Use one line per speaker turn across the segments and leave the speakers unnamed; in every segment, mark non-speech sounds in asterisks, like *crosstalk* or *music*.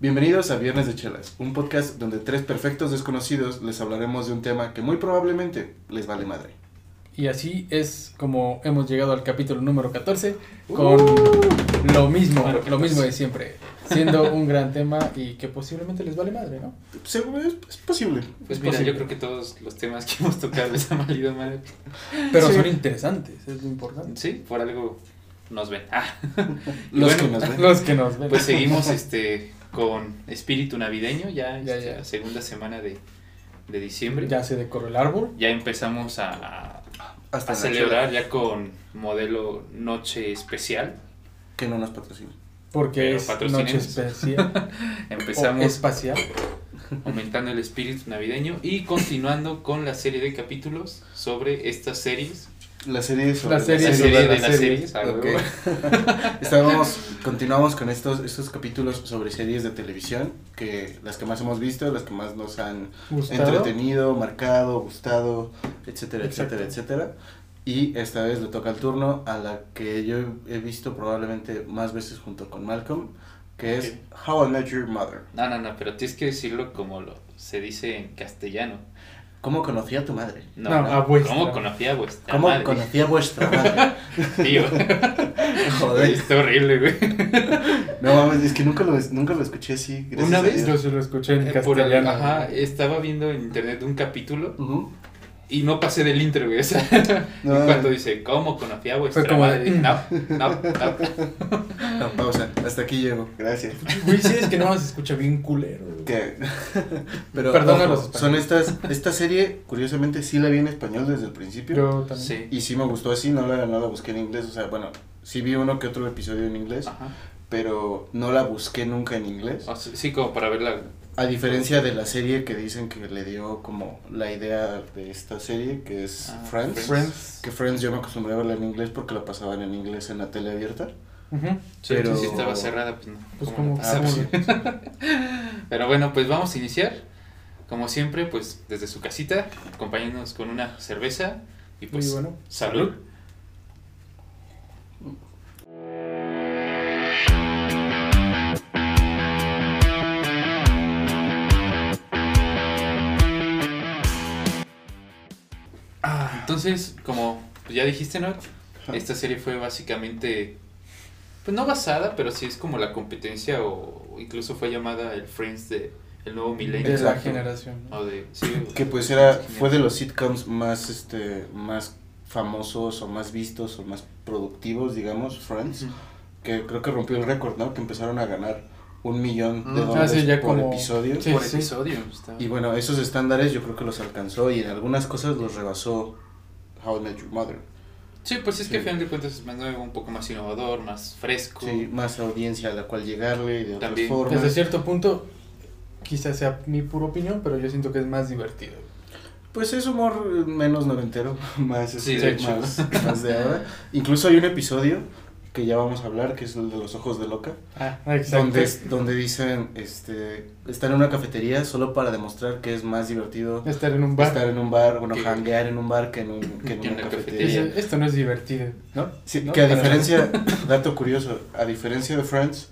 Bienvenidos a Viernes de Chelas, un podcast donde tres perfectos desconocidos les hablaremos de un tema que muy probablemente les vale madre.
Y así es como hemos llegado al capítulo número 14 con
Uh,
lo mismo,
Número
lo
14.
mismo de siempre, siendo un gran tema y que posiblemente les vale madre, ¿no?
Seguro es, es posible.
Pues
Es
mira,
posible.
yo creo que todos los temas que hemos tocado les han valido mal.
Pero
Sí.
son interesantes, es lo importante.
Sí, por algo nos ven. Ah,
Los
bueno,
que nos ven.
Los que nos ven.
pues seguimos este con espíritu navideño, ya,
Ya,
este,
ya.
la segunda semana de, de diciembre. Ya.
Ya se decoró el árbol.
empezamos a, a
Hasta la
celebrar ya con modelo noche especial.
chela Que no nos patrocina.
Porque
Pero
es noche
patrocínenos. *laughs*
especial. o
Empezamos
espacial.
aumentando el espíritu navideño y continuando con la serie de capítulos sobre estas series.
La serie sobre
La serie
la
sobre
serie de
las
las
series.
series. a
Ok.
huevo.
*laughs* Estábamos, continuamos con estos, estos capítulos sobre series de televisión, que las que más hemos visto, las que más nos han
Gustado.
entretenido, marcado, gustado, etcétera, etcétera,
Exacto.
etcétera. Y esta vez le toca el turno a la que yo he visto probablemente más veces junto con Malcolm, que es How I Met Your Mother.
No, no, no, pero tienes que decirlo como lo se dice en castellano.
¿Cómo conocí a tu madre?
No,
No,
no,
a vuestra.
¿Cómo conocía a vuestra
¿Cómo
madre? *laughs*
conocí a vuestra madre?
*laughs*
Tío,
*laughs* Joder.
está horrible, güey.
No mames, es que nunca lo, nunca lo escuché así. gracias
Una
a
vez Eh,
Dios.
Yo se lo escuché en
Por el-
castellano.
ajá, estaba viendo en internet un capítulo
Ujú.
y no pasé del intro, güey. *laughs* O sea,
No,
en cuanto
no,
dice, ¿cómo conocía a vuestra
como de,
madre?
mm.
No, no,
*laughs*
no.
no, pausa. Hasta aquí llego. Gracias.
Güey, sí, es que no se escucha bien culero. güey. *laughs*
Que- Pero
Perdona
ojo,
los españoles.
son estas. Esta serie, curiosamente, sí la vi en español desde el principio.
Yo también.
Sí.
Y sí me gustó así, no la, no la busqué en inglés, o sea, bueno, sí vi uno que otro episodio en inglés,
Ajá.
pero no la busqué nunca en inglés.
O sea, sí, como para verla.
A diferencia de la serie que dicen que le dio como la idea de esta serie, que es
Ah,
Friends.
Friends.
Que Friends yo me acostumbré a verla en inglés porque la pasaban en inglés en la tele abierta.
Ujú.
Sí,
Pero-
Si estaba cerrada, pues no.
Pues
¿cómo
como.
la pasaba?
Ah, pues sí.
Pero bueno, pues vamos a iniciar. Como siempre, pues desde su casita, acompañándonos con una cerveza y pues
Muy bueno.
salud. ah, Entonces, como ya dijiste, ¿no? Esta serie fue básicamente, pues no basada, pero sí es como la competencia o incluso fue llamada el Friends de el nuevo milenio.
De la
Exacto.
generación. ¿no?
O de, sí,
*laughs* Que pues era, fue de los sitcoms más, este, más famosos o más vistos o más productivos, digamos, Friends.
Ujú.
que creo que rompió el récord, ¿no? Que empezaron a ganar un millón de
Ah,
dólares
sí, ya
por
como-
episodio.
Sí,
por
sí.
episodio. está-
Y bueno, esos estándares yo creo que los alcanzó y en algunas cosas los rebasó How I Met Your Mother.
Sí, pues es que
Sí.
a final de cuentas es más nuevo, un poco más innovador, más fresco.
Sí, más audiencia a la cual llegarle y de otras
También.
formas.
Desde cierto punto, quizás sea mi pura opinión, pero yo siento que es más divertido.
Pues es humor eh, menos noventero, *laughs* más,
Sí,
este,
de hecho.
más, más de ahora. Incluso hay un episodio que ya vamos a hablar, que es el de los ojos de loca,
Ah,
donde, donde dicen, este, estar en una cafetería solo para demostrar que es más divertido
Estar en un bar.
estar en un bar, bueno,
Que-
janguear en un bar que en, un, que en
que en
una
una
cafetería.
cafetería.
Dice, Esto no es divertido, ¿no?
Sí,
¿No?
Que a *coughs*
Para-
diferencia, dato curioso, a diferencia de Friends,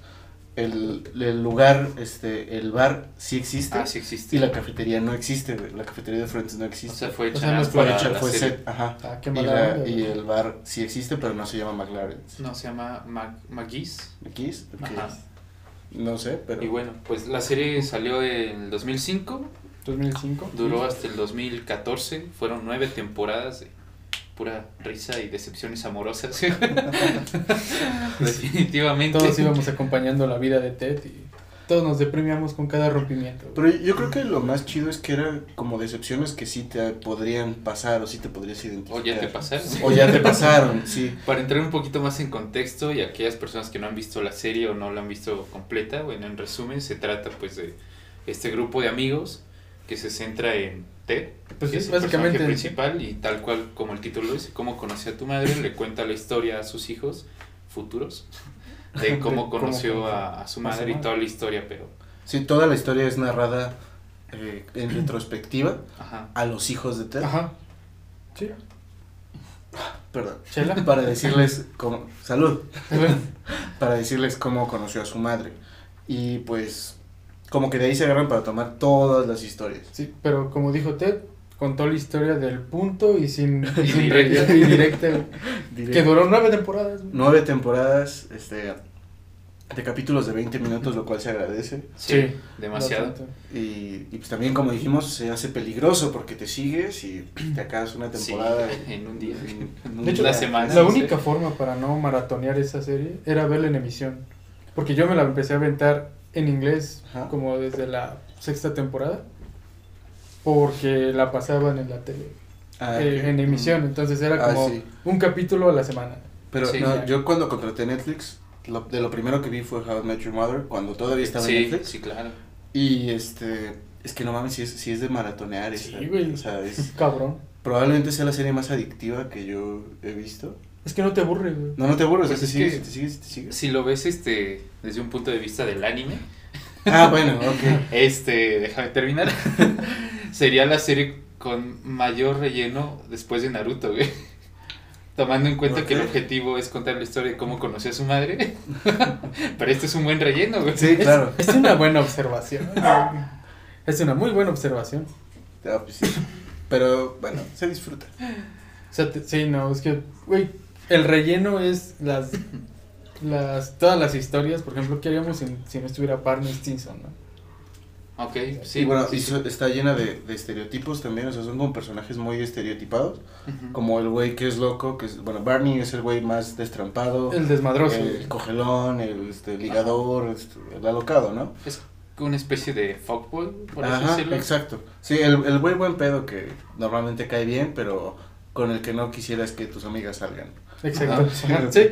el, el lugar, este, el bar sí existe
Ah, sí existe.
y la cafetería no existe, güey, La cafetería de Friends no
O
existe.
sea, fue
O
hecha
sea, no
nada más
fue
Fue
para
hecha-
la
fue
serie.
set, ajá.
Ah, qué
Y,
mala
la-
onda,
y
güey.
el bar sí existe, pero no se llama McLaren.
No, se llama Mag Magis.
¿Aquí es? Ok.
Ajá.
No sé, pero...
Y bueno, pues la serie salió en el 2005,
2005.
Mm.
duró hasta el 2014, fueron nueve temporadas de pura risa y
*laughs*
decepciones amorosas. Definitivamente.
Todos íbamos acompañando la vida de Ted y todos nos deprimíamos con cada rompimiento. güey.
Pero yo creo que lo más chido es que era como decepciones que sí te podrían pasar o sí te podrías identificar.
O ya te pasaron.
O ya te pasaron, sí.
Para entrar un poquito más en contexto y aquellas personas que no han visto la serie o no la han visto completa, bueno, en resumen se trata pues de este grupo de amigos que se centra en Ted,
Pues
que
sí,
es el
básicamente.
personaje principal y tal cual como el título dice, cómo conoció a tu madre, le cuenta la historia a sus hijos futuros de cómo
cómo
conoció
conoció
a, a su madre y toda la historia, pero
Sí, toda la historia es narrada eh, en retrospectiva
ajá.
a los hijos de Ted.
Ajá. Sí. *laughs*
Perdón.
Chela.
*laughs* Para decirles cómo. Salud. Para decirles cómo conoció a su madre. Y pues Como que de ahí se agarran para tomar todas las historias.
Sí, pero como dijo Ted, contó la historia del punto y sin, y
*laughs*
sin
Indirecta.
realidad, y directa, güey,
Directo.
que duró nueve temporadas. güey.
Nueve temporadas, este, de capítulos de 20 minutos, lo cual se agradece.
Sí,
Sí.
demasiado.
Bastante.
Y, y pues también, como dijimos, se hace peligroso porque te sigues y te acabas una
Sí,
temporada.
en *laughs* un día.
en- en un
De hecho,
día.
la semana.
La
no sé.
única forma para no maratonear esa serie era verla en emisión. Porque yo me la empecé a aventar en inglés
Ajá.
como desde la sexta temporada. Porque la pasaban en la tele,
Ah,
eh,
ok.
en emisión. Entonces era
Ah,
como
sí.
un capítulo a la semana.
Mm. Pero
Sí,
no,
ya.
yo cuando contraté Netflix, lo- de lo primero que vi fue How I Met Your Mother, cuando todavía estaba en
Sí,
Netflix.
sí, claro.
Y este, es que no mames, si es, si es de maratonear.
Sí,
esa-
güey.
O sea, es,
Cabrón.
probablemente sea la serie más adictiva que yo he visto.
Es que no te aburre, güey.
No, no te aburres,
Pues
te
es
sigues,
que-
te sigues, te sigues.
Si lo ves este desde un punto de vista del anime,
Ah, bueno,
*laughs*
ok.
este, déjame terminar. *laughs* Sería la serie con mayor relleno después de Naruto, güey. Tomando en cuenta que el
Ok.
objetivo es contar la historia de cómo conoció a su madre. *laughs* Pero este es un buen relleno, güey.
Sí, claro.
Es una buena
*laughs*
observación. güey. es una muy buena observación.
Ah, pues sí. Pero bueno, se disfruta.
O sea, te- sí, no, es que, güey, el relleno es las, las, todas las historias, por ejemplo, ¿qué haríamos si, si no estuviera Barney Stinson, no?
Ok, sí.
y bueno,
sí,
y
sí.
so- está llena de, de estereotipos también, o sea, son como personajes muy estereotipados,
Ujú.
como el güey que es loco, que es, bueno, Barney es el güey más destrampado,
El desmadroso.
el cogelón, el este, ligador, este, el alocado, ¿no?
Es una especie de fuckboy, por así
Ajá,
decirlo.
exacto. Sí, el, el güey buen pedo que normalmente cae bien, pero con el que no quisieras que tus amigas salgan.
Exacto.
Ajá, Ah, sí. *laughs*
Ajá, sí.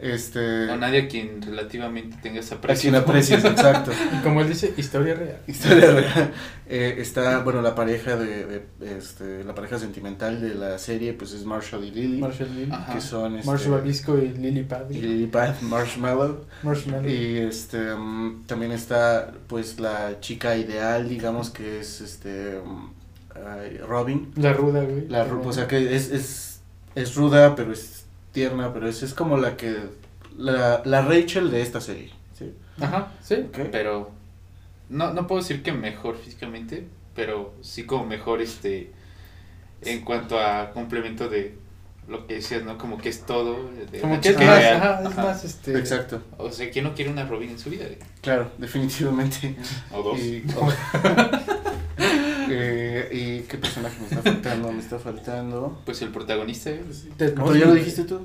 Este...
O nadie a quien relativamente tenga esa
a quien
presión.
aprecias,
*laughs*
exacto.
Y como él dice, historia real.
Historia real. Eh, está, bueno, la pareja de, de, este, la pareja sentimental de la serie, pues es Marshall y Lily,
Marshall Lily.
Ajá.
que son este,
Marshall Abisco y Lily
y
Paddy.
Lily Pat Marshmallow.
Marshmallow.
Y este, mm, también está, pues, la chica ideal, digamos, que es este, mm, ay, Robin.
La ruda, güey.
La, ru- o sea, que es, es, es ruda, pero es tierna, pero es, es como la que, la, la Rachel de esta serie. ¿sí?
Ajá, sí.
¿Ok?
Pero no, no puedo decir que mejor físicamente, pero sí como mejor este en cuanto a complemento de lo que decías, ¿no? Como que es todo. de
Como
una
que es
chica
más,
real.
ajá, es
Ajá.
más, este...
Exacto,
O sea, ¿quién no quiere una Robin en su vida? eh?
claro, *laughs* definitivamente.
O dos.
Y, *laughs* Eh, ¿y qué personaje me está faltando? Me está faltando.
Pues el protagonista, eh,
Ted
No,
Mosby,
¿Ya lo
güey.
dijiste tú?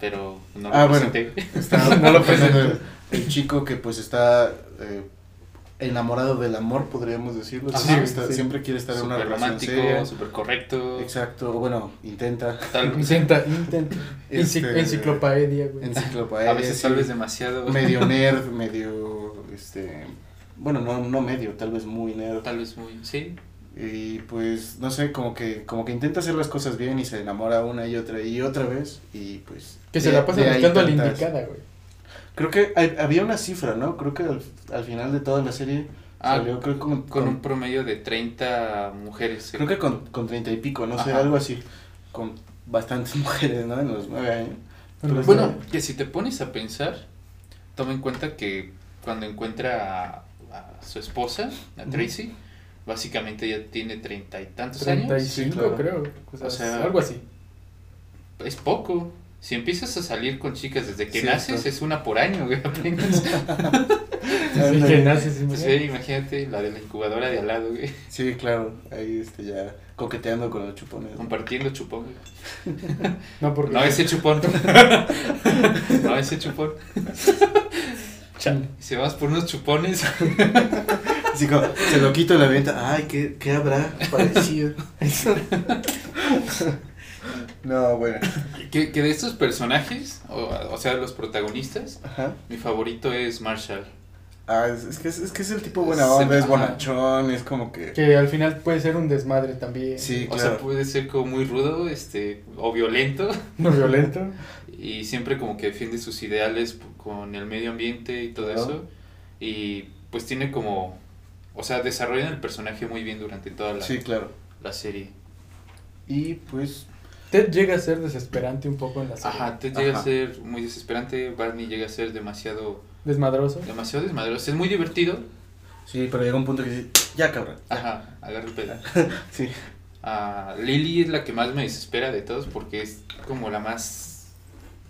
pero no lo
Ah, bueno.
presenté.
*laughs*
Está-
No lo presenté.
El, el chico que pues está eh, enamorado del amor, podríamos decirlo.
Ajá,
Siempre está-
sí.
Siempre quiere estar en una
Súper
relación
romántico,
seria.
súper correcto.
Exacto, bueno, intenta. *laughs*
Tal,
Intenta, intenta.
Este,
Encicl- Enciclopedia, güey.
Enciclopedia.
a veces
sí.
tal vez
*laughs*
demasiado.
Medio nerd, medio, este, bueno, no, no medio, tal vez muy nerd.
Tal vez muy. Sí.
Y pues, no sé, como que, como que intenta hacer las cosas bien y se enamora una y otra y otra vez. Y pues.
Que se
de-
la pasa
de ahí
buscando a la
tantas-
indicada, güey.
Creo que hay- había una cifra, ¿no? Creo que al, al final de toda la serie
Ah,
salió, creo que con,
Con
con-
un promedio de 30 mujeres. eh.
creo que con, con 30 y pico, no sé,
Ajá.
algo así. Con bastantes *laughs* mujeres, ¿no? En los nueve años.
En los
Bueno,
nueve.
que si te pones a pensar, toma en cuenta que cuando encuentra a, a su esposa, a
Ujú.
Tracy, básicamente ya tiene treinta y tantos años.
35
Sí, claro.
creo, o sea,
O sea,
algo
*laughs*
así.
Es poco. Si empiezas a salir con chicas desde que
Cierto.
naces, es una por año, güey, apenas. *laughs*
Sí,
Ándale.
que naces
Pues,
imagínate.
güey, imagínate la de la incubadora de al lado, güey,
Sí, claro. Ahí este, ya coqueteando con los chupones.
*laughs* compartiendo chupón. güey.
No, porque
No ese *laughs* chupón. No ese chupón. Y Si vas por unos chupones, *laughs*
Así como, se lo quito en la venta. Ay, ¿qué, qué habrá parecido?
*laughs*
no, bueno.
que, que de estos personajes, o, o sea, los protagonistas,
Ajá.
Mi favorito es Marshall.
Ah, es, es que es, es que es el tipo buena
Se-
onda, es
ajá.
bonachón, es como que...
que al final puede ser un desmadre también.
Sí,
O sea,
claro.
puede ser como muy rudo, este, o violento,
*laughs*
*laughs*
No violento.
y siempre como que defiende sus ideales p- con el medio ambiente y todo
Ajá.
eso. Y pues tiene como, o sea, desarrollan el personaje muy bien durante toda la,
Sí, claro.
la serie.
Y pues
Ted llega a ser desesperante un poco en la serie.
Ajá, Ted llega
Ajá.
a ser muy desesperante, Barney llega a ser demasiado,
Desmadroso.
demasiado desmadroso. Es muy divertido,
Sí, pero llega un punto que dices, ya cabrón.
Ajá, agarra el
*laughs*
pedal.
Sí.
Ah, Lily es la que más me desespera de todos porque es como la más,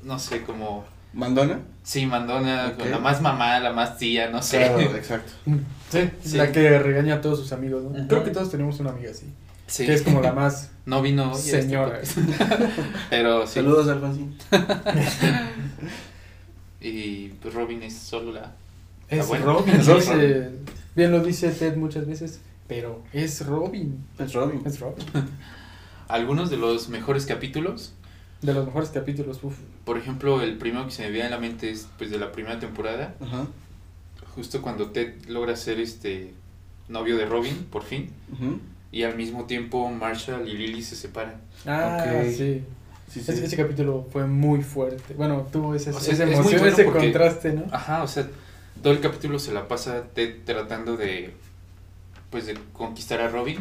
no sé, como,
¿Mandona?
sí, mandona,
Ok.
la más mamá, la más tía, no sé.
Claro, exacto.
Sí,
Mm. Sí.
la que regaña a todos sus amigos, ¿no?
Ujú.
Creo que todos tenemos una amiga así.
*laughs* Sí,
Que es como la más
*laughs* no vino hoy a este
señora. *laughs*
podcast, pero sí.
Saludos, Alfonsín.
Y pues, Robin es solo la...
Es
bueno. *laughs*
Robin.
Es Robin.
dice- bien lo dice Ted muchas veces, pero es Robin.
Es Robin.
Es Robin.
Algunos de los mejores capítulos
De los mejores capítulos, uf.
Por ejemplo, el primero que se me viene a la mente es pues de la primera temporada,
Ajá.
justo cuando Ted logra ser este novio de Robin, por fin,
ujú.
y al mismo tiempo Marshall y Lily se separan.
Ah,
Ok.
sí.
Sí,
Es que
sí.
ese capítulo fue muy fuerte. Bueno, tuvo ese,
O sea,
esa
es muy
emoción,
bueno
ese
porque-
contraste, ¿no?
Ajá, o sea, todo el capítulo se la pasa Ted tratando de pues de conquistar a Robin,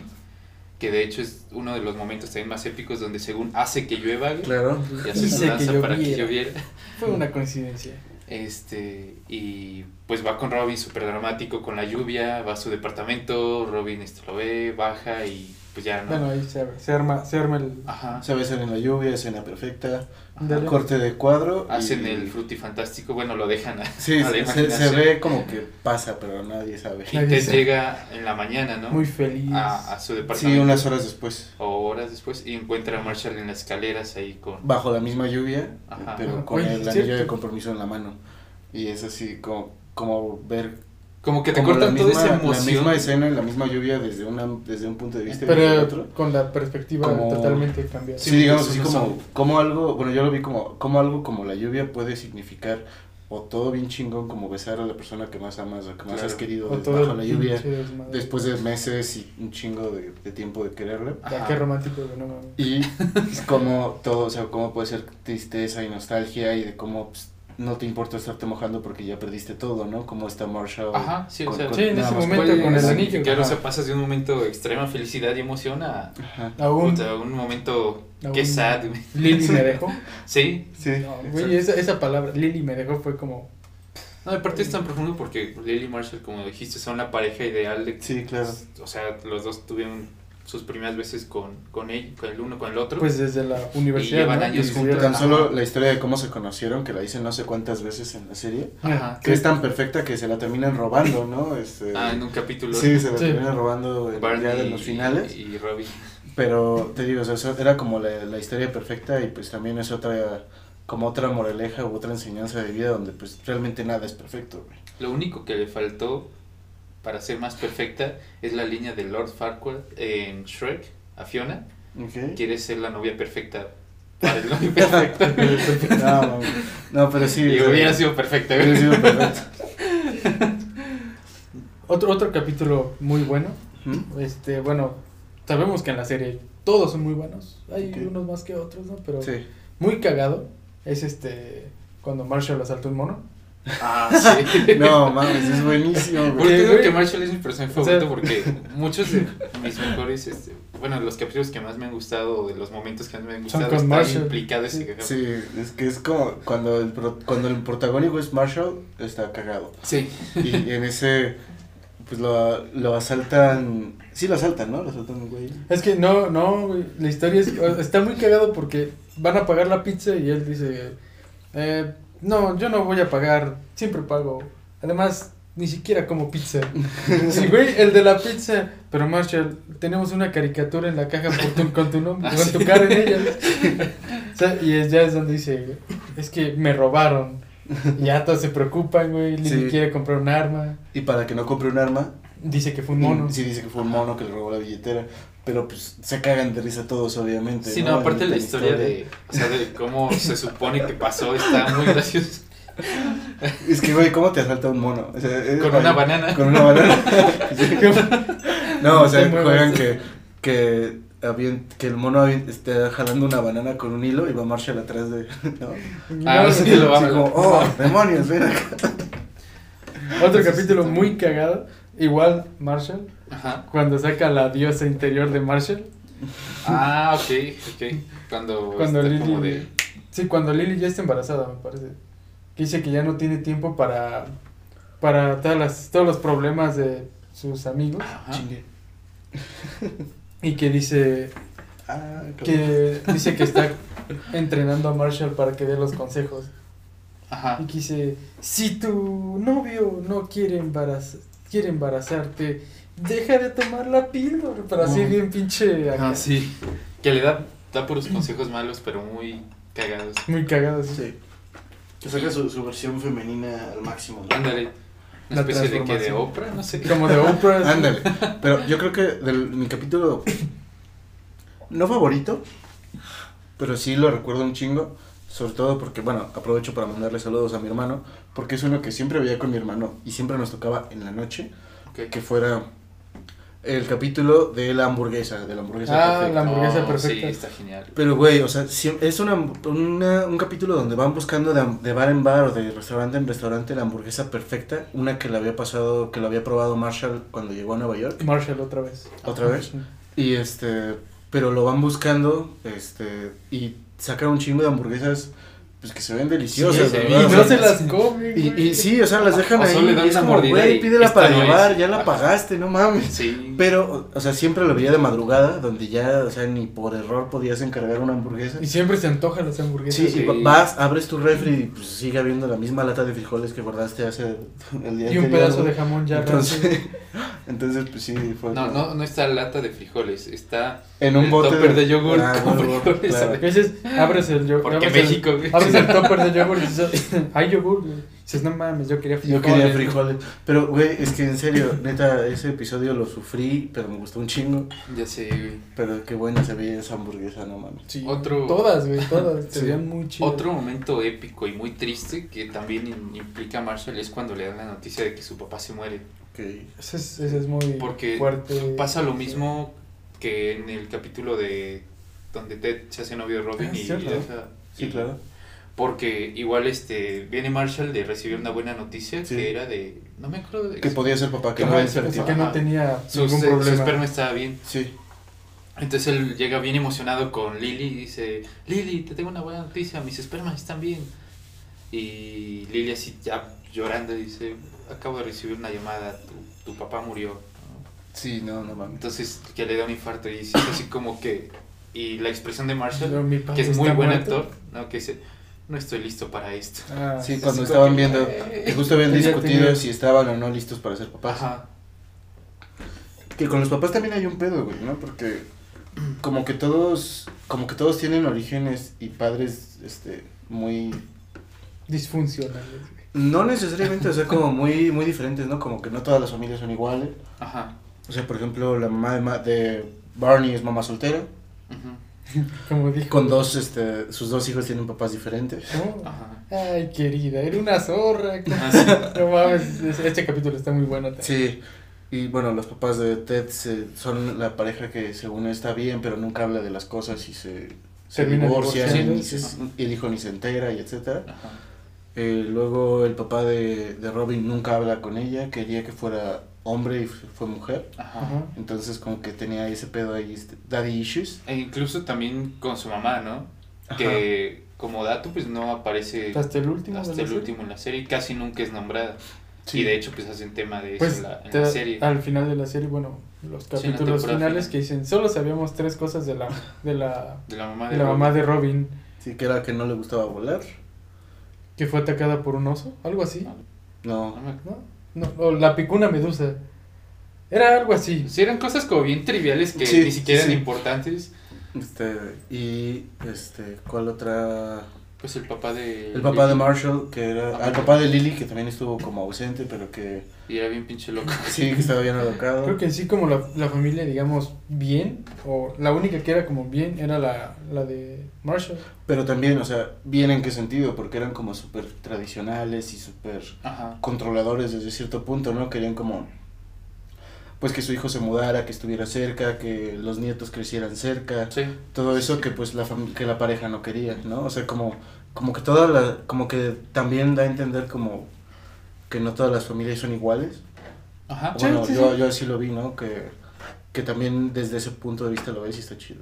que de hecho es uno de los momentos también más épicos donde según hace que llueva güey,
Claro.
y hace
Hice
su
que
danza para que
lloviera.
lloviera.
Fue una coincidencia.
Este, y pues va con Robin súper dramático con la lluvia, va a su departamento, Robin este, lo ve, baja y pues ya no.
Bueno, ahí se, se arma, se arma el.
Ajá.
Se besan en la lluvia, escena perfecta.
Dale.
Corte de cuadro. y-
Hacen el frutifantástico, bueno, lo dejan a,
Sí,
*laughs* a la
se, se- se
imaginación.
ve como que pasa, pero nadie sabe.
Y
Nadie
Ted
sabe.
llega en la mañana, ¿no?
Muy feliz.
a, a su departamento.
Sí, unas horas después.
O horas después y encuentra a Marshall en las escaleras ahí con...
Bajo la misma lluvia,
Ajá.
pero con
Oye,
el
¿cierto?
anillo de compromiso en la mano. Y es así como, como ver
Como que te
como
cortan toda esa
la
emoción.
misma escena en la misma lluvia desde, una, desde un punto de vista este y desde
pero
otro.
con la perspectiva
Como-
totalmente cambiada.
Sí,
Sí,
digamos
pues,
así
uno
como,
sabe.
como algo, bueno, yo lo vi como, como algo como la lluvia puede significar o todo bien chingón como besar a la persona que más amas o que más
Claro.
has querido
O
des-
todo
bajo
el
la lluvia
pinche desmadre.
después de meses y un chingo de, de tiempo de quererla.
Ya,
Ajá.
qué romántico, güey, no mames.
Y como todo, o sea, cómo puede ser tristeza y nostalgia y de cómo pues, no te importa estarte mojando porque ya perdiste todo, ¿no? Como está Marshall.
Ajá, sí, o
Con-
sea,
con-
Sí, en
nada
ese
más
momento
puede
con el
ser.
anillo.
Claro, o sea,
ajá.
pasas de un momento de extrema felicidad y emoción a...
Ajá.
Aún.
puta, un momento...
aún-
Qué sad, güey.
Lili me dejó.
Sí.
Sí.
No, güey, esa, esa palabra, Lili me dejó, fue como.
No, aparte es tan profundo porque Lily y Marshall, como dijiste, son la pareja ideal de...
Sí, claro.
O sea, los dos tuvieron sus primeras veces con, con él, con el uno, con el otro.
Pues desde la universidad.
llevan
¿no?
años
Y
juntos.
estuvieron-
Tan solo
Ajá.
la historia de cómo se conocieron, que la dicen no sé cuántas veces en la serie.
Ajá.
que es tan perfecta que se la terminan robando, ¿no? Este,
Ah, en un capítulo.
Sí, se la
Sí.
terminan robando en-
Barney
ya de los finales.
Y, y Robin.
Pero te digo, o sea, eso era como la, la historia perfecta y pues también es otra, como otra moraleja u otra enseñanza de vida donde pues realmente nada es perfecto, güey.
Lo único que le faltó para ser más perfecta es la línea de Lord Farquaad en Shrek a Fiona.
¿Ok?
Quiere ser la novia perfecta para el novio *laughs* perfecto.
no, mami. no, pero *laughs* sí.
y
o sea,
hubiera sido perfecta. güey.
hubiera sido perfecto.
Otro, otro capítulo muy bueno.
Ujú.
Este, bueno, sabemos que en la serie todos son muy buenos. Hay
Ok.
unos más que otros, ¿no? Pero
Sí.
muy cagado es este cuando Marshall asaltó un mono.
Ah, *laughs* sí.
No, mames, es buenísimo,
Por
güey.
eso digo
güey.
que Marshall es mi personaje
O sea-
favorito porque muchos de mis mejores, este, bueno, los capítulos que más me han gustado, de los momentos que más me han gustado,
con
está
Marshall.
implicado ese cagado.
Sí, es que es como cuando el, pro- cuando el protagónico es Marshall, está cagado.
Sí.
Y en ese, pues lo, lo asaltan. Sí, lo asaltan, ¿no? Lo asaltan, güey.
Es que no, no, güey, la historia es, o- está muy cagado porque van a pagar la pizza y él dice, eh, no, yo no voy a pagar, siempre pago. Además, ni siquiera como pizza. Sí, güey, el de la pizza. Pero Marshall, tenemos una caricatura en la caja por tu- con tu nombre,
Ah,
con
sí.
tu cara en ella. O sea, y es, ya es donde dice, es que me robaron. Y ya todos se preocupan, güey, ni
Sí.
quiere comprar un arma.
Y para que no compre un arma,
Dice que fue un mono.
sí dice que fue un mono que le robó la billetera. Pero pues se cagan de risa todos, obviamente.
Sí, no, aparte la historia, de, o sea, de cómo se supone que pasó está muy gracioso.
Es que, güey, ¿cómo te asalta un mono? O sea, es-
Con una banana.
Con una
*laughs*
banana. Sí. No, o sea,
Te mueves.
juegan que, que, avien- que el mono avien- esté jalando una banana con un hilo y va Marshall atrás de. *laughs* ¿no?
Ah, *laughs* sí,
güey.
lo va-
Así como, oh, demonios, ven acá.
Otro capítulo muy cagado. Igual Marshall,
Ajá.
cuando saca la diosa interior de Marshall.
Ah, ok, ok. Cuando,
Cuando
está
Lily-
como de...
Sí, cuando Lily ya está embarazada, me parece. Que dice que ya no tiene tiempo para para todas las, todos los problemas de sus amigos.
Ajá.
Chingue.
Y que dice
Ah, cabrón.
que dice que
*laughs*
está entrenando a Marshall para que dé los consejos.
Ajá.
Y que dice, si tu novio no quiere, embaraz- quiere embarazarte, deja de tomar la píldora. Pero así
Ujú.
bien pinche acá.
Ah, sí. Que le da, da puros consejos malos, pero muy cagados.
Muy cagado. así.
Sí. Que saca su, su versión femenina al máximo. ¿no?
Ándale. Una
La
especie de que de
transformación.
Oprah, no sé qué.
Este, Como de Oprah.
*laughs*
así.
Ándale.
*laughs*
Pero yo creo que del, mi capítulo no favorito, pero sí lo recuerdo un chingo. Sobre todo porque, bueno, aprovecho para mandarle saludos a mi hermano, porque es uno que siempre veía con mi hermano y siempre nos tocaba en la noche
Ok.
que fuera el capítulo de la hamburguesa, de la hamburguesa
Ah,
perfecta.
la hamburguesa
No,
perfecta.
Oh, Sí, está genial.
Pero, güey, o sea, siem- es una, una- un capítulo donde van buscando de, ham- de bar en bar o de restaurante en restaurante la hamburguesa perfecta, una que le había pasado, que la había probado Marshall cuando llegó a Nueva York,
Marshall otra vez.
otra vez, y este, pero lo van buscando, este, y sacan un chingo de hamburguesas, pues que se ven deliciosas,
Sí, se
¿verdad?
Y
O
no
sea,
se las come.
y,
güey.
y sí, o sea, las dejan
O
ahí,
solo le dan
y es
una
como,
mordida
güey,
y
pídela
esta
para
no es".
llevar, ya la
Ajá.
pagaste, no mames.
Sí.
Pero, o sea, siempre lo veía de madrugada, donde ya, o sea, ni por error podías encargar una hamburguesa.
Y siempre se antojan las hamburguesas.
Sí,
Sí.
y va- vas, abres tu refri y pues sigue habiendo la misma lata de frijoles que guardaste hace el día
Y un
anterior,
pedazo
¿no?
de jamón ya.
Entonces, *laughs* entonces pues sí, fue
No,
como-
no, no está lata de frijoles, está
en un
el
bote Ah,
topper de yogur con
huevo,
frijoles.
claro.
A veces abres el yogur.
Porque
abres el-
México, güey.
abres
*laughs*
el topper de yogur y dices, hay yogur. güey". Dices, no mames, yo quería
Yo
frijoles.
quería frijoles, pero güey, es que en serio, neta, ese episodio lo sufrí, pero me gustó un chingo,
Ya sé, güey.
pero qué buena se veía esa hamburguesa, no mames.
Sí,
Otro-
Todas, güey,
*laughs*
todas. Se
Sí.
veían muy chidas.
Otro momento épico y muy triste que también im- implica a Marshall es cuando le dan la noticia de que su papá se muere.
Que
Ese es, ese es muy
Porque
fuerte.
Pasa lo mismo que en el capítulo de donde Ted se hace novio de Robin
Ah,
y
cierto.
deja-
sí,
y-
claro.
Porque igual este viene Marshall de recibir una buena noticia
Sí.
que era de no me acuerdo de
Que podía ser papá, que
Ajá,
no
o sea,
era
que
infertil.
no tenía
su,
ningún
se- su
problema.
esperma estaba bien.
Sí.
Entonces él llega bien emocionado con Lily y dice, Lily, te tengo una buena noticia, mis espermas están bien. Y Lily así ya llorando dice, acabo de recibir una llamada, tu, tu papá murió. ¿no?
Sí, no, no mames.
Entonces que le da un infarto y dice así como que... Y la expresión de
Pero
Marshall,
mi padre
que es muy
está
buen
muerto.
actor, ¿no? que dice, no estoy listo para esto.
Ah,
Sí,
sí.
cuando
como
estaban
que-
viendo, que justo habían
Tenía-
discutido
tenía-
si estaban o no listos para ser papás.
Ajá.
Que con los papás también hay un pedo, güey, ¿no? Porque como que todos, como que todos tienen orígenes y padres, este, muy,
Disfuncional. güey.
no necesariamente, o sea, como muy, muy diferentes, ¿no? Como que no todas las familias son iguales.
Ajá.
O sea, por ejemplo, la mamá de, Ma- de Barney es mamá soltera,
ujú,
Como dijo.
con dos, este, sus dos hijos tienen papás diferentes.
¿no? *laughs*
Ajá.
Oh. Ay, querida, era una zorra. ¿cómo?
Ah, sí.
No mames, es- este capítulo está muy bueno. también.
Sí. Y bueno, los papás de Ted se- son la pareja que según está bien, pero nunca habla de las cosas y se, se
Termina
divorcian y,
divorciando,
ni se-
sí.
y el hijo ni se entera y etcétera.
Ajá.
Eh, luego el papá de, de Robin nunca habla con ella, quería que fuera hombre y f- fue mujer.
Ajá.
Ajá.
Entonces como que tenía ese pedo ahí, este, daddy issues.
E incluso también con su mamá, ¿no?
Ajá.
Que como dato pues no aparece
Hasta el último.
hasta
de la
el
serie.
último en la serie y casi nunca es nombrada.
Sí.
Y de hecho pues hacen tema de eso
Pues
en la, en
te-
la serie.
al final de la serie, bueno, los
la
capítulos
temporada
finales
final.
que dicen, solo sabíamos tres cosas de la de la,
De la mamá
de la mamá
Robin.
de Robin,
Sí, que era que no le gustaba volar.
que fue atacada por un oso, algo así,
Ah. No
No.
me-
¿no? No, o la picó una medusa. Era algo así.
Sí, eran cosas como bien triviales que
Sí,
ni siquiera
sí.
eran importantes.
Este, y este, ¿cuál otra?
Pues el papá de...
El papá de Marshall, que era...
Ajá.
ah, el papá de Lily, que también estuvo como ausente, pero que *laughs*
Y era bien pinche loco.
sí, que estaba bien alocado.
Creo que en sí como la, la familia, digamos, bien, o la única que era como bien era la, la de Marshall.
Pero también, o sea, bien en qué sentido, porque eran como súper tradicionales y súper
Ajá.
controladores desde cierto punto, ¿no? Querían como, pues que su hijo se mudara, que estuviera cerca, que los nietos crecieran cerca,
Sí.
todo eso que pues la fam- que la pareja no quería, ¿no? O sea, como, como que toda la, como que también da a entender como que no todas las familias son iguales.
Ajá.
Sí,
bueno,
sí,
yo,
sí.
yo así lo vi, ¿no? Que, que también desde ese punto de vista lo ves y está chido.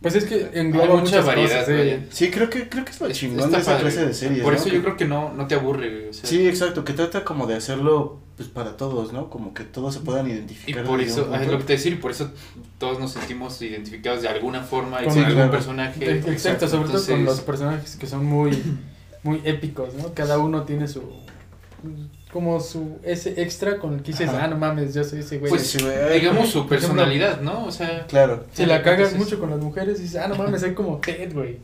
Pues es que
Hay
engloba
mucha
muchas
variedad.
cosas. ¿eh?
vaya.
Sí, creo que, creo que es lo
Es-
chingón
está
de esa
padre.
clase de series,
Por
¿no?
eso
Que-
yo creo que no, no te aburre. güey, o sea,
Sí, exacto, que trata como de hacerlo pues para todos, ¿no? Como que todos se puedan
Y
identificar.
por
desde
eso,
un
ah, es
punto.
lo que te decir, y por eso todos nos sentimos identificados de alguna forma y
Con
con
el-
algún
E-
personaje.
Exacto,
Exacto,
sobre todo con
entonces-
los personajes que son muy, *clears throat* muy épicos, ¿no? Cada uno tiene su. como su. ese extra con el que dices,
Ajá.
ah, no mames, yo soy ese güey.
Pues,
Sí, güey.
digamos su
Por ejemplo-
personalidad, ¿no? O sea,
*laughs* Claro.
si la cagas
entonces-
mucho con las mujeres, dices, ah, no mames, soy como Ted, *laughs* güey.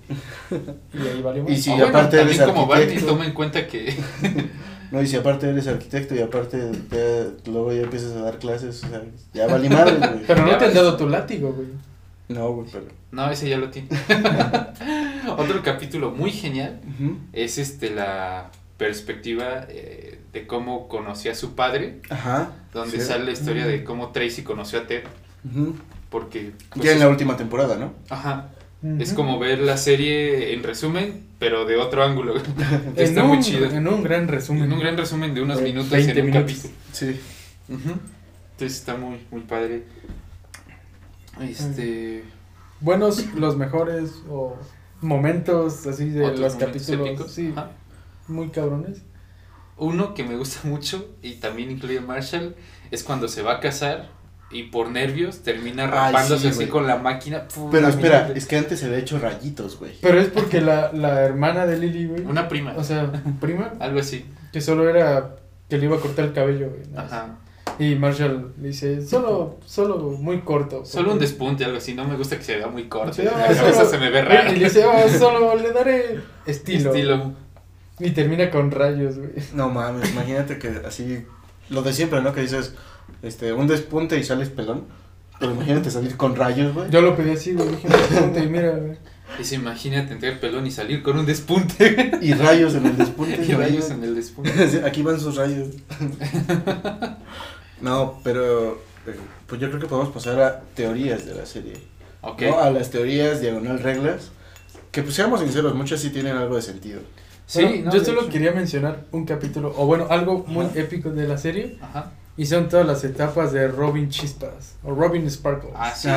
Y ahí valimos.
Y si
ah,
aparte
también
eres
como Barney
arquitecto.
toma en cuenta que *laughs*
No, y si aparte eres arquitecto y aparte te- luego ya empiezas a dar clases, o sea, ya vale madre,
*laughs*
güey.
Pero no
Ya
te han
ves.
dado tu látigo, güey.
No, güey, pero.
no, ese ya lo tiene. *laughs* Otro capítulo muy genial
Ujú.
es este la perspectiva eh, de cómo conocía a su padre,
Ajá.
donde
sí.
sale la historia de cómo Tracy conoció a Ted,
Ujú.
porque pues,
ya en
es-
la última temporada, ¿no?
ajá, Es
Ujú.
como ver la serie en resumen, pero de otro ángulo.
*laughs* En
Está
un,
muy chido. En
En un gran resumen.
un gran resumen de unos
Ve-
minutos
20
en un
minutos.
capítulo.
Sí.
Ujú. Entonces está muy, muy padre. Este.
Buenos, los mejores, o momentos así de
otros
los
momentos
capítulos.
épicos.
Sí,
Ajá.
muy cabrones.
Uno que me gusta mucho y también incluye a Marshall es cuando se va a casar y por nervios termina
Ay,
rapándose
sí,
así
güey.
con la máquina. Puh,
Pero espera,
imagínate.
es que antes se había hecho rayitos, güey.
Pero es porque la, la hermana de Lily, güey.
Una prima,
O sea, prima,
algo así.
que solo era que le iba a cortar el cabello, güey. ¿no?
Ajá.
Y Marshall le dice, solo, solo muy corto.
Solo un
porque-
despunte, algo así. No me gusta que se vea muy corto.
Sí,
La
no,
cabeza
solo-
se me ve rara.
Y le dice, "Oh, solo le daré estilo.
Estilo.
Y termina con rayos, güey.
No mames, imagínate que así. Lo de siempre, ¿no? Que dices, este, un despunte y sales pelón. Pero imagínate salir con rayos, güey.
Yo lo pedí así, güey. Dije, ponte y mira, güey.
Dice, imagínate entrar pelón y salir con un despunte.
Y rayos en el
*laughs*
despunte.
y
güey.
rayos en el despunte.
Sí, Aquí van sus rayos. *laughs* No, pero. eh, Pues yo creo que podemos pasar a teorías de la serie.
Ok.
¿no? ah, A las teorías diagonal reglas. Que pues seamos sinceros, muchas sí tienen algo de sentido.
sí,
Bueno,
no,
yo
de
solo
hecho.
quería mencionar un capítulo, o bueno, algo muy
Ajá.
épico de la serie.
Ajá.
Y son todas las etapas de Robin Chispas, o Robin Sparkles.
Ah, sí.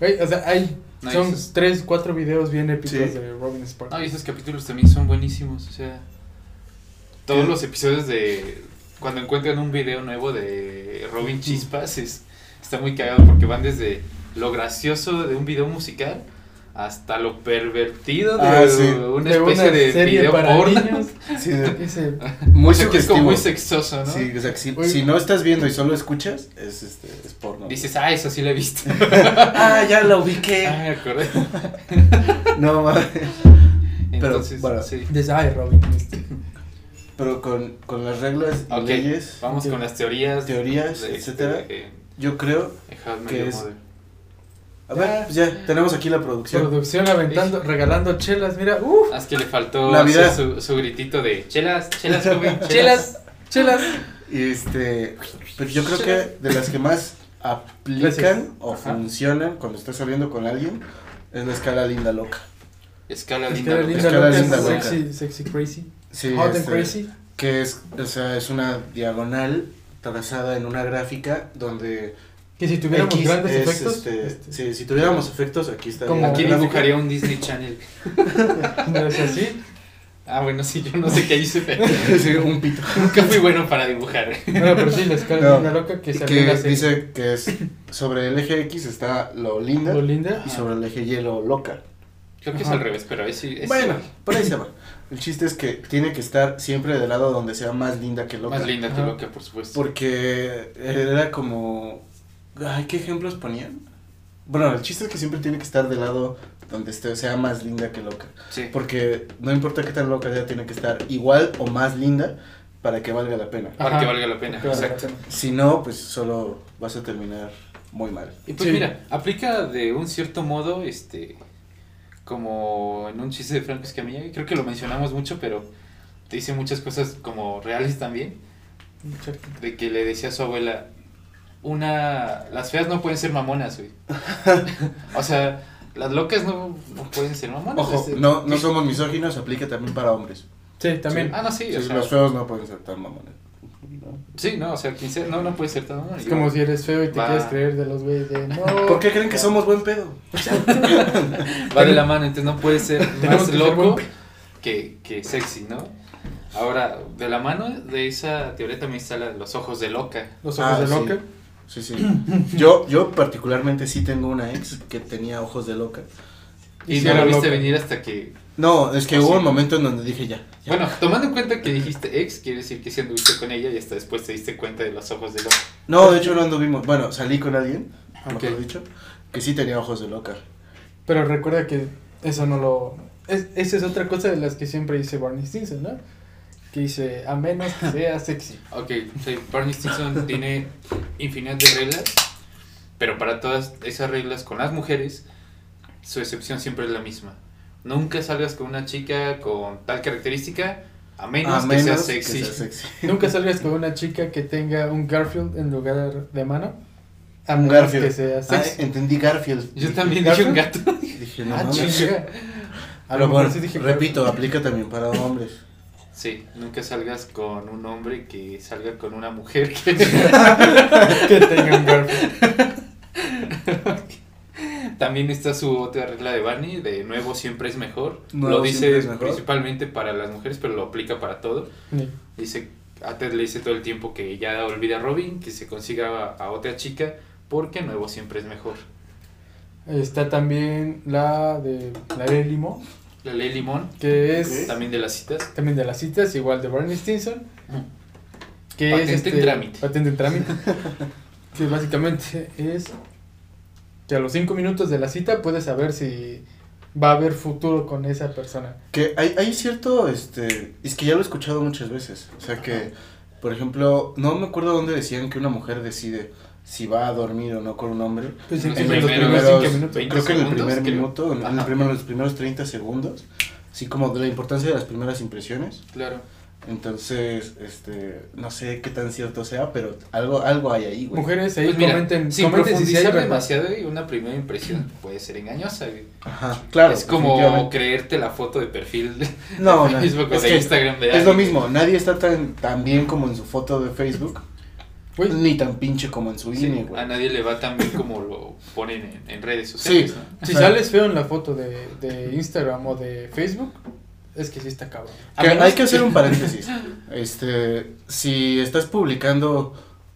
Güey, o sea, hay,
No,
son
esos-
tres, cuatro videos bien épicos
Sí.
de Robin Sparkles.
No, y esos capítulos también son buenísimos. O sea, todos los episodios de. Cuando encuentran un video nuevo de Robin Chispas, es- está muy cagado porque van desde lo gracioso de un video musical hasta lo pervertido de
Ah, sí.
una especie de, video
para
porno.
niños.
Sí, de-
Dice,
*laughs* muy
O sea, que es como
sugestivo.
muy sexoso, ¿no?
Sí, o sea, que si,
Oye.
si no estás viendo y solo escuchas, es, este, es porno.
Dices, ah, eso sí lo
*laughs*
he visto.
ah, ya lo ubiqué.
*laughs* Ah, me acordé.
No mames. Pero,
Entonces,
bueno.
sí.
dice, ay, Robin. este".
Pero con, con las reglas y
Ok,
leyes,
vamos con las teorías.
Teorías, etcétera.
de-
yo creo.
de How I Met
Que
Your
es-
Mother.
A ver, pues ya, tenemos aquí la producción.
Producción aventando, regalando chelas, mira, uff,
Ah, es que le faltó
Navidad.
hacer su, su gritito de chelas,
*laughs*
chelas, joven, chelas.
chelas, chelas.
Y este, pero yo creo que de las que más aplican
Gracias.
o
Ajá.
funcionan cuando estás saliendo con alguien es la escala linda loca.
Escala
Es que
linda.
era
loca.
linda,
Escala
loca,
linda, loca.
sexy, sexy, crazy.
Sí,
Hot and
este,
crazy.
Que es, o sea, es una diagonal trazada en una gráfica donde
Que si tuviéramos
X
grandes
es,
efectos,
este,
este,
sí, si tuviéramos efectos aquí está.
Como
la
Aquí
gráfica.
dibujaría un Disney Channel.
*laughs* no es así.
Ah, bueno, sí, yo no sé qué hice, pero
*laughs* *laughs* Sí, un pito.
nunca fui bueno para dibujar.
Bueno, pero sí, la escala
No.
linda loca que se
que
arregla así.
dice que es sobre el eje X está lo linda
Lo linda.
y sobre el eje Y lo loca.
Creo que es
Ajá.
al revés, pero ahí sí. Es
Bueno, por ahí se va. El chiste es que tiene que estar siempre del lado donde sea más linda que loca.
Más linda que
Ajá.
loca, por supuesto.
Porque era como. Ay, ¿qué ejemplos ponían? Bueno, el chiste es que siempre tiene que estar del lado donde esté, sea más linda que loca.
Sí.
Porque no importa qué tan loca sea, tiene que estar igual o más linda para que valga la pena.
Para
Ajá.
que valga la pena.
Claro.
Exacto.
Si no, pues solo vas a terminar muy mal.
Y pues
Sí.
mira, aplica de un cierto modo, este, como en un chiste de Franco Escamilla, que creo que lo mencionamos mucho, pero te dice muchas cosas como reales también,
Exacto.
de que le decía a su abuela, una, las feas no pueden ser
*laughs*
mamonas, güey. o sea, las locas no, no pueden ser mamonas.
Ojo,
este,
no, no somos misóginos, aplica también para hombres.
Sí, también.
Ah, no, sí,
Sí,
o sea,
los feos no pueden ser tan mamones.
sí, no, o sea, quien sea, no, no puede ser tan mamona.
Es como si eres feo y te
Va.
quieres creer de los güeyes de no.
*laughs* ¿Por qué creen que somos buen pedo?
Va de la mano, entonces no puede ser
Tenemos
más
que ser
loco
buen
que, que sexy, ¿no? Ahora, de la mano de esa teoría también está la- los ojos de loca.
Los ojos
Ah,
de
sí.
loca.
Sí, sí. Yo, yo particularmente sí tengo una ex que tenía ojos de loca.
Y,
si
no
era
la viste
loca.
venir hasta que.
No, es que
Ah,
hubo
sí.
un momento en donde dije ya. ya.
Bueno, tomando en cuenta que dijiste ex, quiere decir que sí anduviste con ella y hasta después te diste cuenta de los ojos de loca.
No, de hecho no anduvimos. Bueno, salí con alguien, mejor
Ok.
dicho, que sí tenía ojos de loca.
Pero recuerda que eso no lo. Es, esa es otra cosa de las que siempre dice Barney Stinson, ¿no? Que dice, a menos que
*laughs*
sea sexy.
Ok, sí, Barney Stinson tiene infinidad de reglas, pero para todas esas reglas con las mujeres, su excepción siempre es la misma. Nunca salgas con una chica con tal característica, a menos,
A
que sea
menos
sexy.
que sea sexy.
Nunca salgas con una chica que tenga un Garfield en lugar de mano. A
Un
menos
Garfield.
que sea
Ah,
*laughs* sexy.
entendí Garfield.
Yo
Dije,
también dije un gato.
Dije, no,
Ah,
mames.
chinga. A
Pero
lo mejor
bueno,
sí dije
repito,
Garfield.
aplica también para hombres.
Sí, nunca salgas con un hombre que salga con una mujer que...
*laughs*
*laughs*
que tenga un Garfield.
También está su otra regla de Barney, de nuevo siempre es mejor.
Nuevo
lo dice
siempre es mejor.
principalmente para las mujeres, pero lo aplica para todo.
Ni-
Dice, a Ted le dice todo el tiempo que ya olvida a Robin, que se consiga a, a otra chica, porque nuevo siempre es mejor.
Está también la de la de Limo,
La ley limón,
que es
también de las citas.
también de las citas, igual de Barney Stinson. Que es
Patente en
este-
trámite.
Patente en trámite.
*laughs*
que básicamente es que a los cinco minutos de la cita puedes saber si va a haber futuro con esa persona.
Que hay, hay cierto, este, es que ya lo he escuchado muchas veces. O sea que, por ejemplo, no me acuerdo dónde decían que una mujer decide si va a dormir o no con un hombre.
Pues
Unos
en los
los
primeros
primeros cinco
veinte
minutos.
creo que en el
segundos,
primer
creo.
minuto, en, el
Ajá.
primer- los primeros 30 segundos, así como de la importancia de las primeras impresiones.
Claro.
Entonces, este, no sé qué tan cierto sea, pero algo, algo hay ahí, güey.
Mujeres ahí
Pues mira,
comenten,
sin
comenten si sí hay
profundizar
verdad.
demasiado, güey, una primera impresión puede ser engañosa. güey.
Ajá, claro.
es como
definitivamente.
creerte la foto de perfil de
No, no,
Facebook o
es
de
que
Instagram de
Es lo
alguien.
mismo, nadie está tan, tan bien como en su foto de Facebook,
Güey,
ni tan pinche como en su
Pues Sí, Ah,
INE, güey.
a nadie le va tan bien como lo ponen en, en redes
Sí,
sociales. ¿no?
si
o sea,
sales feo en la foto de, de Instagram o de Facebook, es que sí está cabrón.
A
que
menos
hay que hacer un paréntesis. *laughs* Este, si estás publicando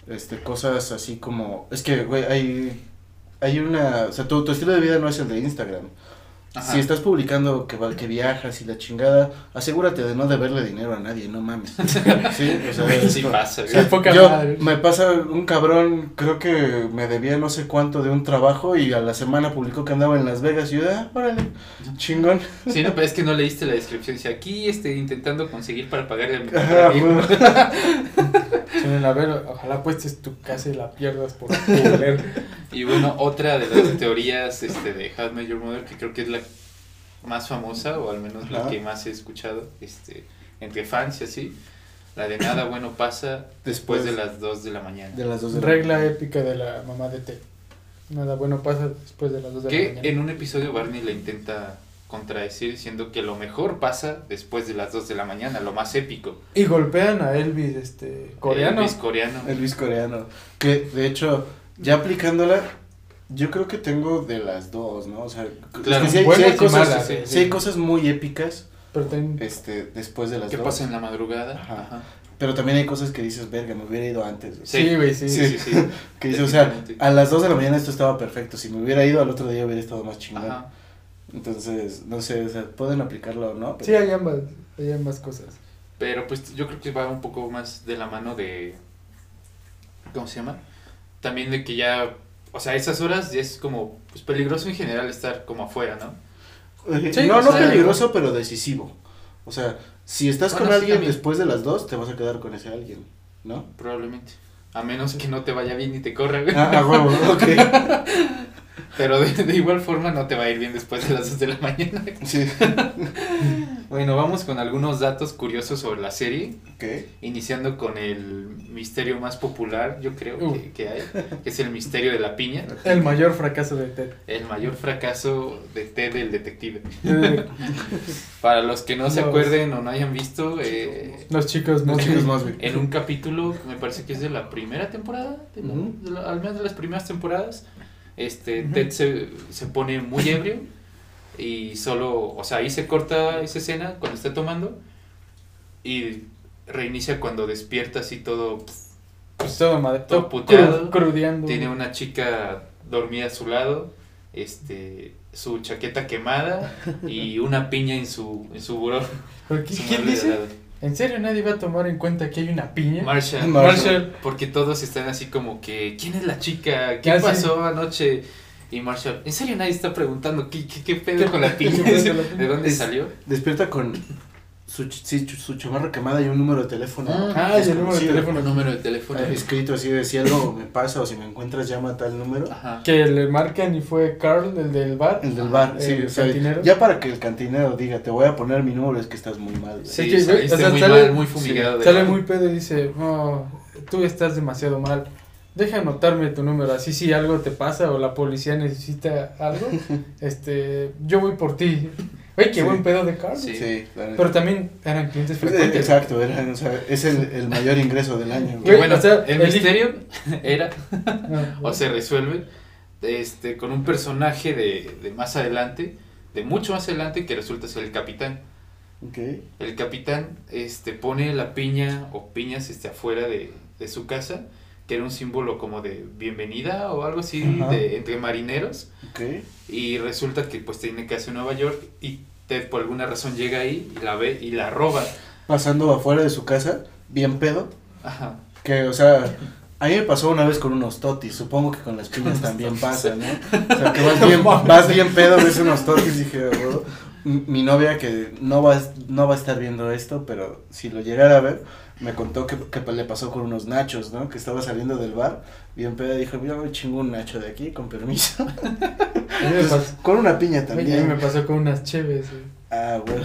este cosas así como es que güey, hay hay una, o sea, tu, tu estilo de vida no es el de Instagram.
Ajá.
Si estás publicando que va- que viajas y la chingada, asegúrate de no deberle dinero a nadie, no
*laughs*
mames. Sí, o sea,
Güey, sí
esto-
pasa,
Qué
güey.
poca
Yo-
madre.
me pasa un cabrón, creo que me debía no sé cuánto de un trabajo y a la semana publicó que andaba en Las Vegas y yo, ah, órale, chingón.
Sí, no, pero es que no leíste la descripción. Dice aquí este, intentando conseguir para pagar el
Ajá, güey.
Suelen a ver, ojalá puestes tu casa y la pierdas
*laughs*
por leer.
Y bueno, otra de las teorías este, de How I Met Your Mother, que creo que es la más famosa, o al menos la
Ajá.
que más he escuchado este, entre fans y así, la de nada bueno pasa
Después
después de las 2 de la mañana.
de las dos de la-
Regla épica de la mamá de T. Nada bueno pasa después de las 2 de la
Que
mañana.
en un episodio Barney le intenta contradecir diciendo que lo mejor pasa después de las 2 de la mañana, lo más épico.
Y golpean a Elvis, este, coreano.
Elvis coreano.
El Luis coreano. Que de hecho, ya aplicándola, yo creo que tengo de las dos, ¿no? O sea,
Claro,
es que sí hay, sí
buenas
hay
y
cosas,
malas,
sí,
sí,
sí hay
sí.
cosas muy épicas
Pero también-
Eh,
este, después de las
¿Qué
dos.
pasa en la madrugada?
Ajá.
Ajá.
Pero también hay cosas que dices, verga, me hubiera ido antes. güey".
Sí.
Sí, güey, sí.
Sí, sí, sí. *laughs*
Que dices, o sea,
Definitivamente.
a las dos de la mañana esto estaba perfecto. Si me hubiera ido al otro día hubiera estado más chingón.
Ajá.
Entonces, no sé, o sea, pueden aplicarlo o no. pero-
Sí, hay ambas, hay ambas cosas.
Pero pues yo creo que va un poco más de la mano de... ¿Cómo se llama? También de que ya... O sea, a esas horas ya es como pues, peligroso en general estar como afuera, ¿no?
Eh,
Sí, pues,
no,
o
no
sea,
peligroso, pero decisivo. O sea, si estás
Bueno,
con
sí,
alguien
también.
después de las dos, te vas a quedar con ese alguien,
*laughs*
¿no?
Probablemente. A menos que no te vaya bien y te corra, güey.
Ah, a huevo,
*laughs*
ok.
Pero de, de igual forma no te va a ir bien después de las 2 de la mañana.
Sí.
Bueno, vamos con algunos datos curiosos sobre la serie.
Ok.
Iniciando con el misterio más popular, yo creo,
Uh.
que, que hay, que es el misterio de la piña.
El mayor fracaso de Ted.
El mayor fracaso de Ted el detective.
Eh,
*laughs* Para los que no se
Los-
acuerden o no hayan visto, eh,
Los chicos Eh,
Los
Mosby.
chicos Mosby.
en un capítulo, me parece que es de la primera temporada, de la-
Ujú.
de la- al menos de las primeras temporadas, este,
Ujú.
Ted se, se pone muy ebrio y solo, o sea, ahí se corta esa escena cuando está tomando Y reinicia cuando despierta así todo.
Pues todo madre.
Todo
Todo cru-
puteado.
crudeando.
Tiene una chica dormida a su lado, este, su chaqueta quemada y una piña en su, en su buró.
¿Pero qui-
su
¿Quién
mueble de
dice?
lado.
¿En serio nadie va a tomar en cuenta que hay una piña?
Marshall.
Marshall.
Porque todos están así como que, ¿quién es la chica? ¿Qué
Ya sé.
pasó anoche? Y Marshall, ¿en serio nadie está preguntando qué, qué, qué pedo
¿Qué-
con la
qué
piña?
pedo con la piña?
*laughs* ¿De dónde
Es-
salió?
Despierta con su, ch- sí, ch- su chamarra quemada y un número de teléfono.
Ah,
Ah, y el número de
desconocido.
teléfono.
número de teléfono.
Eh, Escrito así de si algo me pasa o si me encuentras llama a tal número.
Ajá.
Que le marcan y fue Carl, el del bar.
El del bar,
Ah,
sí,
el
o sea,
cantinero.
ya para que el cantinero diga, te voy a poner mi número, es que estás muy mal. güey".
Sí,
Es que, güey,
saliste
o sea,
muy
sale-
mal, muy fumigado. de-
Sale muy pedo y dice, oh, tú estás demasiado mal. Deja anotarme tu número, así si algo te pasa o la policía necesita algo,
*laughs*
este, yo voy por ti. Oye, qué
Sí.
buen pedo de Carl.
Sí.
Sí, la neta.
Pero también eran clientes
Eh,
frecuentes.
Exacto, era, o sea, es el, el mayor ingreso del año.
Y
güey.
Güey,
bueno,
o sea,
el
el-
misterio *laughs* era,
No,
o se resuelve, este, con un personaje de, de más adelante, de mucho más adelante, que resulta ser el capitán.
Ok.
El capitán este, pone la piña o piñas este, afuera de, de su casa, que era un símbolo como de bienvenida o algo así
Ajá.
de, entre marineros.
Ok.
Y resulta que pues tiene casa en Nueva York y Ted por alguna razón llega ahí, la ve y la roba.
Pasando afuera de su casa, bien pedo,
Ajá.
que, o sea, a mí me pasó una vez con unos totis, supongo que con las
*laughs*
piñas también pasa, ¿no? O sea, que vas bien, vas bien pedo, ves unos totis, dije, "Oh". M- mi novia que no va, a- no va a estar viendo esto, pero si lo llegara a ver, me contó que, que le pasó con unos nachos, ¿no? Que estaba saliendo del bar, bien pedo, dijo, mira, me chingo un nacho de aquí, con
*laughs*
permiso.
a mí me
Entonces,
pasó-
con una piña
oye, a mí me
también.
pasó con unas cheves. güey.
Ah, bueno.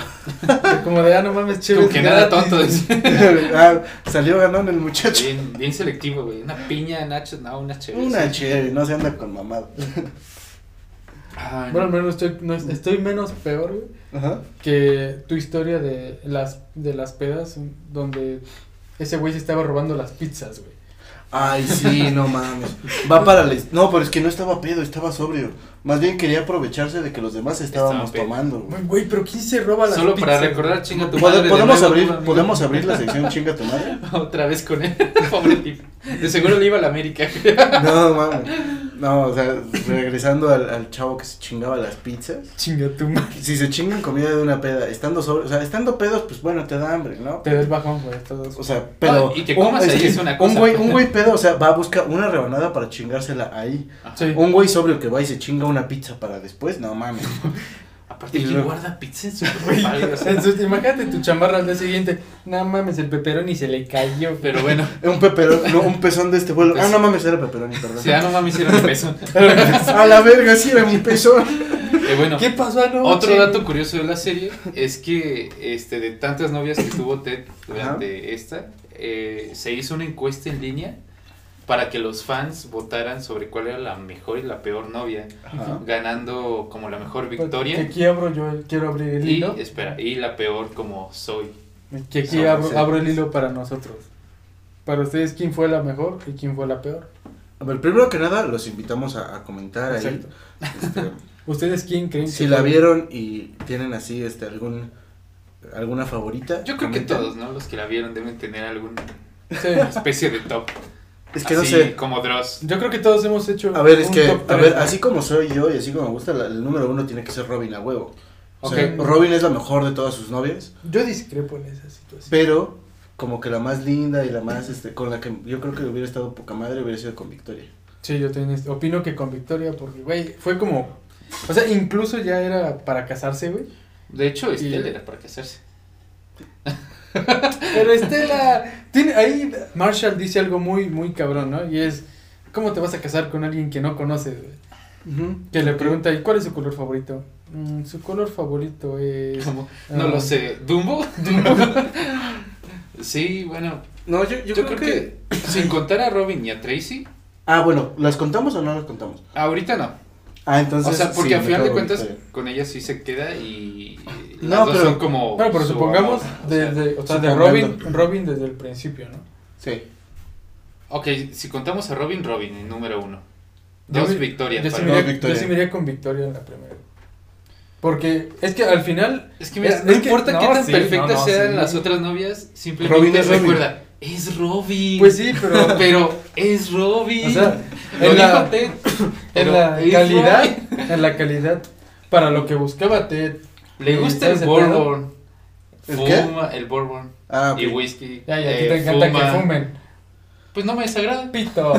Como de, ah, no mames, cheves.
Como que nada
gratis.
tonto. decía.
*laughs* Ah, salió ganón el muchacho.
Bien, bien selectivo, güey. Una piña, nachos, no, una chévere.
Una chévere, no se anda con mamado.
Ay,
Bueno, al
Ah, no.
menos estoy, no, estoy menos peor, güey.
Ajá.
que tu historia de las de las pedas donde ese güey se estaba robando las pizzas, güey.
Ay, sí, no mames. Va para la. No, pero es que no estaba pedo, estaba sobrio. Más bien quería aprovecharse de que los demás estábamos
Estaba pedo.
tomando, güey.
Güey, Güey, pero ¿quién se roba las
Solo
pizzas?
para recordar, chinga tu
Pod-
madre. de
podemos
nuevo,
abrir,
tú, amigo.
podemos abrir la sección chinga tu madre.
*laughs* Otra vez con él, *laughs* pobre tipo. De seguro le iba a la América.
*laughs* No mames. No, o sea, regresando al, al chavo que se chingaba las pizzas.
Chinga tu madre.
Si se chingan comida de una peda, estando sobre, o sea, estando pedos, pues bueno, te da hambre, ¿no?
Te des bajón, güey, todos.
O sea, pero.
y que
un-
comas ahí
que
es una
Un
cosa,
güey,
pero-
un güey pedo, o sea, va a buscar una rebanada para chingársela ahí.
Sí.
Un güey sobrio que va y se chinga una pizza para después, no mames.
Aparte,
Y
¿quién
luego-
guarda pizza en su
Güey,
ropa? güey?
*laughs*
O sea,
en sus- imagínate tu chamarra al día siguiente. No mames, el peperoni se le cayó.
Pero bueno,
Un peperón, no, un pezón de este vuelo. Ah, no mames, era peperoni, perdón.
si ya ah, no mames, era un peso.
A la verga, sí era mi pezón.
Eh, bueno,
¿Qué pasó anoche?
otro dato curioso de la serie es que este, de tantas novias que tuvo Ted durante esta, eh, se hizo una encuesta en línea para que los fans votaran sobre cuál era la mejor y la peor novia,
Ajá. Pues,
ganando como la mejor victoria.
Que aquí abro yo, el- quiero abrir el
Y,
hilo.
espera, y la peor como soy.
Que aquí
No,
abro,
sí.
abro el hilo para nosotros. Para ustedes, ¿quién fue la mejor y quién fue la peor?
A ver, primero que nada, los invitamos a, a comentar ahí.
Exacto.
este,
¿Ustedes quién creen
si
que
la
fue?
vieron y tienen así, este, algún, alguna favorita.
Yo creo que
comenten.
todos, ¿no? Los que la vieron deben tener alguna
Sí.
especie de top.
Es que no
Así
sé.
como Dross.
Yo creo que todos hemos hecho.
A ver, es
un
que,
top
a
tres,
ver,
¿no?
así como soy yo y así como me gusta, la- el número uno tiene que ser Robin a huevo. O sea,
Ok.
Robin es la mejor de todas sus novias,
Yo discrepo en esa situación.
pero como que la más linda y la más, este, con la que yo creo que hubiera estado poca madre hubiera sido con Victoria.
Sí, yo también est- opino que con Victoria, porque, güey, fue como. O sea, incluso ya era para casarse, güey.
De hecho,
Y-
Estela era para casarse.
Pero Estela. Tiene, ahí Marshall dice algo muy, muy cabrón, ¿no? Y es: ¿Cómo te vas a casar con alguien que no conoces, güey? Que le pregunta: ¿Y cuál es su color favorito? "Mm, su color favorito es.
Como, no
Ah.
lo sé. ¿Dumbo?
*laughs*
sí, bueno.
No, yo,
Yo, creo, que... sin contar a Robin y a Tracy,
Ah, bueno, ¿las contamos o no las contamos?
ahorita no.
Ah, entonces.
o sea, porque
sí,
a
me
final de
quedo con
cuentas,
Victoria.
con ella sí se queda y. y
No,
las dos
pero-
son como.
Bueno, pero
su
supongamos,
amor, o sea.
desde, o sea, de Robin,
supongando.
Robin desde el principio, ¿no?
Sí.
Ok, si contamos a Robin, Robin, el número uno. Dos
Yo mi-
victorias.
Yo sí
para-
Dos
me iría- yo
victorias.
sí me iría con Victoria en la primera. Porque es que al final.
Es que mira,
Es-
no
es que-
importa qué
no,
tan
sí,
perfectas
no, no,
sean
sí.
las otras novias, simplemente
Robin es Robin.
recuerda, es Robin.
Pues sí,
*laughs*
pero.
Pero es Robin.
o sea,
Lo
en
dijo
la,
Ted,
en
*coughs* pero
la
es
calidad. *laughs*
Robin.
En la calidad. Para lo que buscaba Ted.
Le
y
gusta
todo
el
ese
Bourbon.
¿El
Fuma el Bourbon.
Ah,
y
pues,
whisky.
Ya, ya, a
eh,
ti te encanta
fuma.
que fumen.
Pues no me desagrada.
Pito.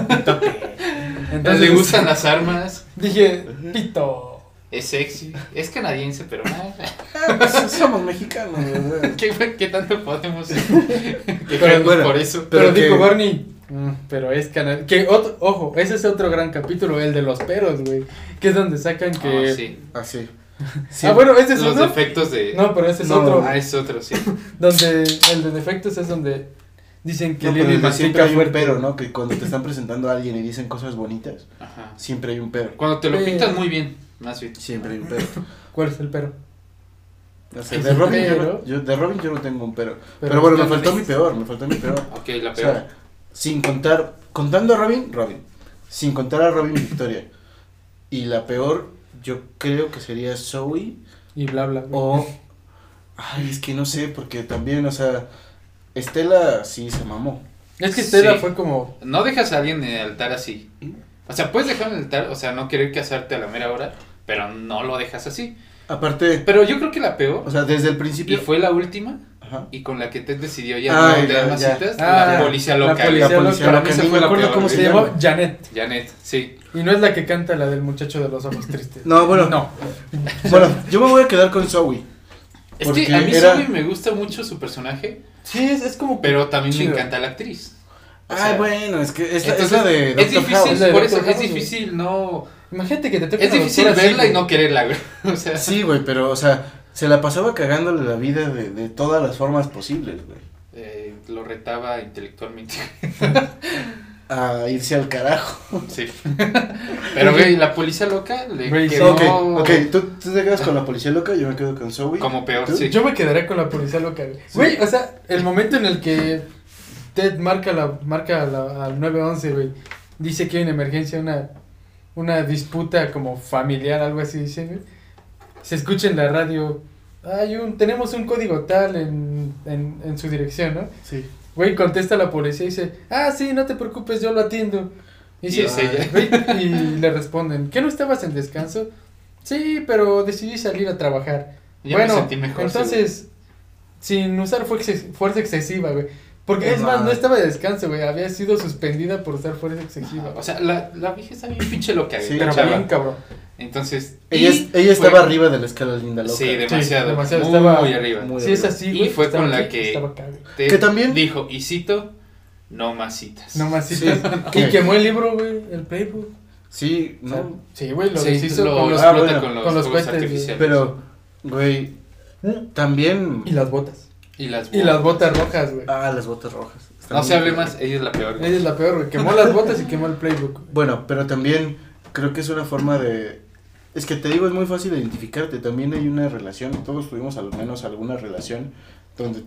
Entonces
Le gustan las armas.
Dije, pito.
Es sexy. Es canadiense, pero nada. *laughs*
ah, pues, somos mexicanos. o *laughs* sea.
¿Qué, qué tanto podemos *laughs*
Pero
pero,
bueno,
por eso?
Pero
Pero,
que-
dijo Barney, "Mm, pero es canal. Que otro, ojo, ese es otro gran capítulo, el de los peros, güey. Que es donde sacan que.
Ah, sí.
Así.
Ah, bueno, ese es
Los
uno.
defectos de...
No, pero ese es
No,
otro.
Ah, es otro, sí.
Donde el de defectos es donde dicen que
No, pero
Lily
desde siempre
mastica
hay un
fuerte.
pero, ¿no? Que cuando te están presentando a alguien y dicen cosas bonitas,
Ajá.
siempre hay un pero.
Cuando te lo
Sí.
pintan muy bien, más bien.
Siempre hay un pero.
¿Cuál es el pero?
O sea,
Es
de,
un
Robin yo no-
pero.
Yo, de Robin yo no tengo un pero. Pero,
Pero
bueno, me
no lo
faltó mi
dijiste.
peor, me faltó mi peor.
Ok, la
O
peor.
sea, sin contar, contando a Robin, Robin. Sin contar a Robin, Victoria. Y la peor, yo creo que sería Zoe
Y bla, bla. bla.
o... Ay, es que no sé, porque también, o sea, Estela sí se mamó.
Es que Estela
sí.
fue como.
No dejas a alguien en el altar así. O sea, puedes dejar en el altar, o sea, no querer casarte a la mera hora, pero no lo dejas así.
Aparte,
Pero yo creo que la peor,
o sea, desde el
y
principio...
fue la última,
Ajá.
y con la que te decidió ya
Ah,
no
ya,
dar más
ya.
citas,
Ah,
la policía
la
local.
policía
La policía
loca.
Para mí
local,
esa
ni
fue
me
la
acuerdo
peor.
cómo
Se
Sí,
llamó
bueno.
Janet.
Janet, sí.
Y no es la que canta la del muchacho de los
*laughs*
ojos tristes.
No, bueno.
No.
Bueno, yo me voy a quedar con Zoe.
Es
Porque
que a mí
era-
Zoe me gusta mucho su personaje,
Sí, es, es como.
pero también
Chido.
me encanta la actriz. O
Ah,
sea,
bueno, es que es la, es
entonces,
la de
es
Dr.
difícil,
House.
la de
por
Dr.
eso es
House, güey.
difícil no...
Imagínate que te toque
Es
una
difícil
doctora así,
verla y
güey.
no quererla, güey. *laughs* O sea,
Sí, güey, pero, o sea, se la pasaba cagándole la vida de, de todas las formas posibles, güey.
eh, lo retaba intelectualmente.
A irse al carajo.
*laughs*
Sí. Pero, güey, la policía loca le
Güey, sí.
quedó
ok, ok, tú, tú te quedas con la policía loca, yo me quedo con Zoe.
como peor,
¿Tú?
sí.
Yo me quedaré con la policía loca, güey.
Sí.
Güey, o sea, el momento en el que Ted marca la marca la, al 911, güey, dice que hay una emergencia, una una disputa como familiar, algo así dice, güey. Se escucha en la radio, hay un tenemos un código tal en en, en su dirección, ¿no?
Sí.
Güey, contesta la policía y dice, "Ah, sí, no te preocupes, yo lo atiendo."
Y
dice,
es ella.
"Güey", y le responden, "¿Qué no estabas en descanso?" Sí, pero decidí salir a trabajar.
Yo
bueno,
me sentí mejor.
entonces, sin usar fuerza, fuerza excesiva, güey. Porque es
No
más, no
mames.
estaba de descanso, güey. Había sido suspendida por usar fuerza
seguro.
excesiva.
Ajá, O sea, la, la vieja está bien pinche loca, güey,
Sí,
la
pero
chava.
bien, cabrón.
Entonces.
Ella,
y
es- ella estaba
fue-
arriba de la escala linda loca.
Sí, demasiado.
Sí, demasiado,
muy,
estaba-
muy arriba.
Muy-
Si es así,
Y
güey.
fue
estaba
con la
aquí,
que-
estaba acá, güey.
Te-
Que también-
Dijo, y cito, no más citas.
No más
Sí.
citas.
Ok.
Y quemó el libro, güey. El playbook.
Sí,
O sea,
no.
sí, güey, lo
Sí,
deshizo
lo
con los...
ah,
explota
bueno,
con los,
con los
fuegos
cohetes,
artificiales.
Pero, güey, también.
Mm, Y las botas.
Y las
Y las botas rojas, güey.
Ah, las botas rojas. Están
No se
muy
hable
feas.
más, ella es la peor. güey.
Ella es la peor, güey. Quemó las botas y quemó el playbook. güey.
Bueno, pero también creo que es una forma de... Es que te digo, es muy fácil identificarte. También hay una relación, todos tuvimos al menos alguna relación donde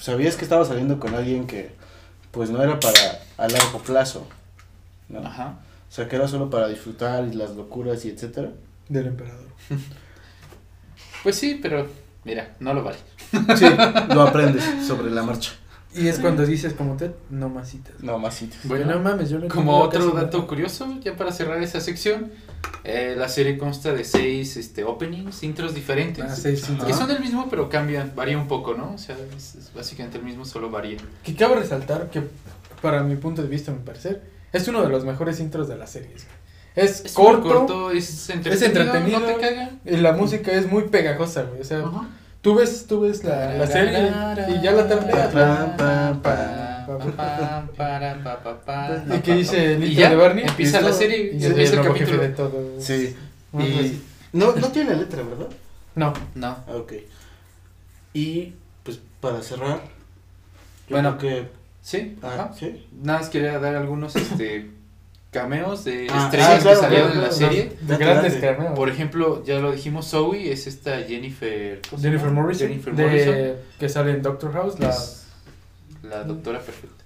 sabías que estaba saliendo con alguien que pues no era para a largo plazo. ¿no? O
Ajá.
sea, que era solo para disfrutar y las locuras y etcétera.
Del emperador.
Pues sí, pero mira, no lo vale.
Sí, lo aprendes sobre la marcha.
Y es cuando dices, como Ted, no más citas.
No, más citas.
Bueno, no mames, yo no entiendo
Como otro
casi nada.
dato curioso, ya para cerrar esa sección, eh, la serie consta de seis este, openings, intros diferentes.
Ah, seis, cinco.
Que son el mismo, pero cambian, varía un poco, ¿no? O sea, es, es básicamente el mismo, solo varía.
Que cabe resaltar que, para mi punto de vista, a mi parecer, es uno de los mejores intros de las series. güey. Es,
Es
corto,
corto, corto es entretenido,
entretenido.
no te caga.
y la música es muy pegajosa, güey. O sea,
Ajá.
tú ves, tú ves la, la serie y ya la tableas. güey.
Pam, pam,
pam, pam,
Y
Y que dice el
y
intro
ya
de Barney.
empieza
y
la
es todo,
serie,
Y
es el
nuevo
capítulo.
jefe de Ah, pues. todo.
Sí.
Ajá,
Y...
sí.
No, no tiene letra, ¿verdad?
No.
No.
Ah, ok. Y pues para cerrar... yo
Bueno.
creo que...
Sí.
Ah,
ajá.
sí.
Nada más quería dar algunos este cameos de
Ah,
estrellas
ah, claro,
que salieron
claro,
en la
claro.
serie.
Los
Date,
grandes
date.
cameos.
Por ejemplo, ya lo dijimos, Zoe es esta Jennifer. ¿cómo se
Jennifer
llama?
Morrison,
Pues, Jennifer
de-
Morrison.
que sale en Doctor House, la,
Es la doctora perfecta.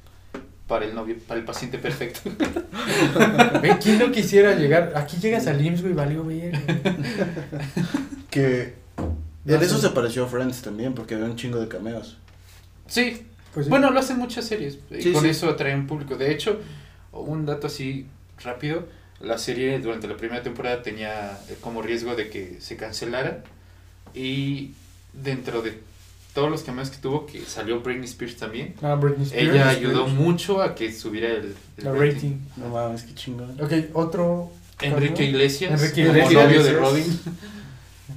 Para el novio, para el paciente perfecto. *laughs*
Güey,
*laughs*
¿Quién no quisiera llegar? Aquí llegas al IMSS, güey, valió ver. güey.
que En
No
eso
sé.
se pareció a Friends también, porque había un chingo de cameos.
Sí,
Pues sí.
Bueno, lo hacen muchas series y
Sí,
con
sí.
eso atraen público. De hecho, un dato así rápido, la serie durante la primera temporada tenía eh, como riesgo de que se cancelara y dentro de todos los cambios que tuvo, que salió Britney Spears también,
Ah, Britney Spears.
ella
Spears.
ayudó mucho a que subiera el, el
La rating.
No mames, qué chingón.
Ok, otro.
Enrique
cambio.
Iglesias,
Enrique
como
Iglesias.
novio de
*laughs*
Robin.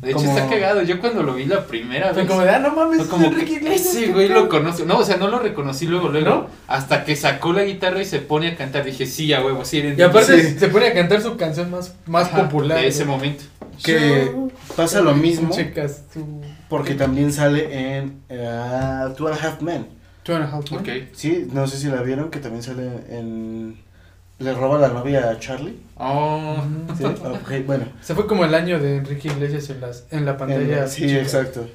De hecho,
Como-
está cagado. Yo cuando lo vi la primera
Fue
vez...
como de, ah, no mames,
Fue como
es Enrique
que
Iglesias.
ese
qué
güey
pedo".
lo conozco. No, o sea, no lo reconocí luego, luego.
¿No?
Hasta que sacó la guitarra y se pone a cantar. Dije, sí, a huevo, sí, era
Y
Enrique
aparte
Iglesias.
se pone a cantar su canción más, más
Ajá,
popular.
De ese
güey.
momento.
Que pasa lo mismo
Checas tu.
porque también sale en eh, Two and a Half Men.
Two and a Half Men.
Ok.
Sí, no sé si la vieron, que también sale en... Le roba la novia a Charlie.
Oh,
Ujú.
Sí, ok, bueno.
Se fue como el año de Enrique Iglesias en, las, en la pantalla.
En- Eh, sí,
chica.
exacto.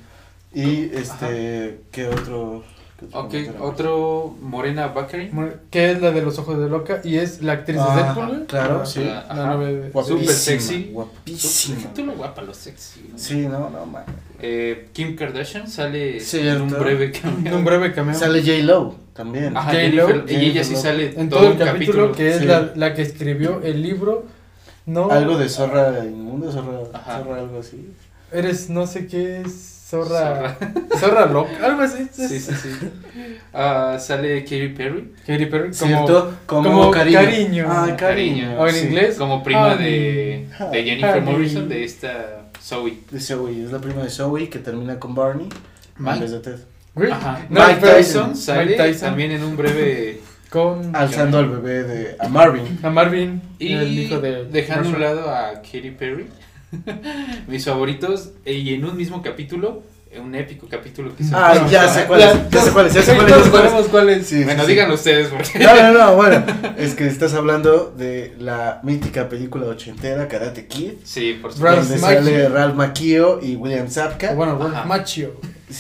Y este, ¿qué otro? qué otro
ok.
comentario?
Otro Morena Bakery.
Que es la de los ojos de loca y es la actriz
Ah,
de Deadpool, güey.
claro,
Ah,
sí.
La- la novia de-
Guapísima,
Súper sexy.
Guapísima.
Tú lo guapa, lo sexy. ¿no?
Sí, no, no, man.
Eh, Kim Kardashian sale en
Cierto.
un breve cameo.
de Un breve cameo.
Sale J-Lo también.
Ajá,
J-Lo,
Jennifer- y ella sí
J-Lo.
sale
en todo, el capítulo, que es
Sí.
la, la que escribió el libro. No.
Algo de zorra inmunda, zorra,
Ajá.
zorra algo así.
Eres no sé qué es. Zorra. *laughs* Zorra loca. Algo así. es-
Sí, sí,
*laughs*
sí. Ah, sale Katy Perry.
Katy Perry, como-
Cierto, como,
como
cariño.
cariño.
Ah, cariño.
Cariño.
O en
sí.
inglés.
Como prima
Ay.
de, de Jennifer
Ay.
Morrison, de esta Zoe.
De Zoe, es la prima de Zoe que termina con Barney en vez de Ted.
Güey,
Ajá.
no,
Mike
Mike
pero-
Tyson sale
Mike Tyson
también en un breve.
con
Alzando al bebé de a Marvin.
a Marvin
Y
el hijo de
dejando a un
Marshall.
lado a Katy Perry, *laughs* mis favoritos, eh, y en un mismo capítulo, en un épico capítulo que se
Ah,
No,
ya
no,
sé cuál es, ya sé cuál es, ya sé
Sí,
cuál es, ya
todos
sé cuál es.
sabemos cuál es.
Sí,
Bueno,
sí, sí.
digan ustedes, porque. *laughs*
No, no,
*laughs*
no, bueno, es que estás hablando de la mítica película ochentera Karate Kid,
Sí, por
Ralph
supuesto.
donde
Macchio.
sale Ralph Macchio y William Zabka,
Bueno,
Ajá.
Ralph Macchio.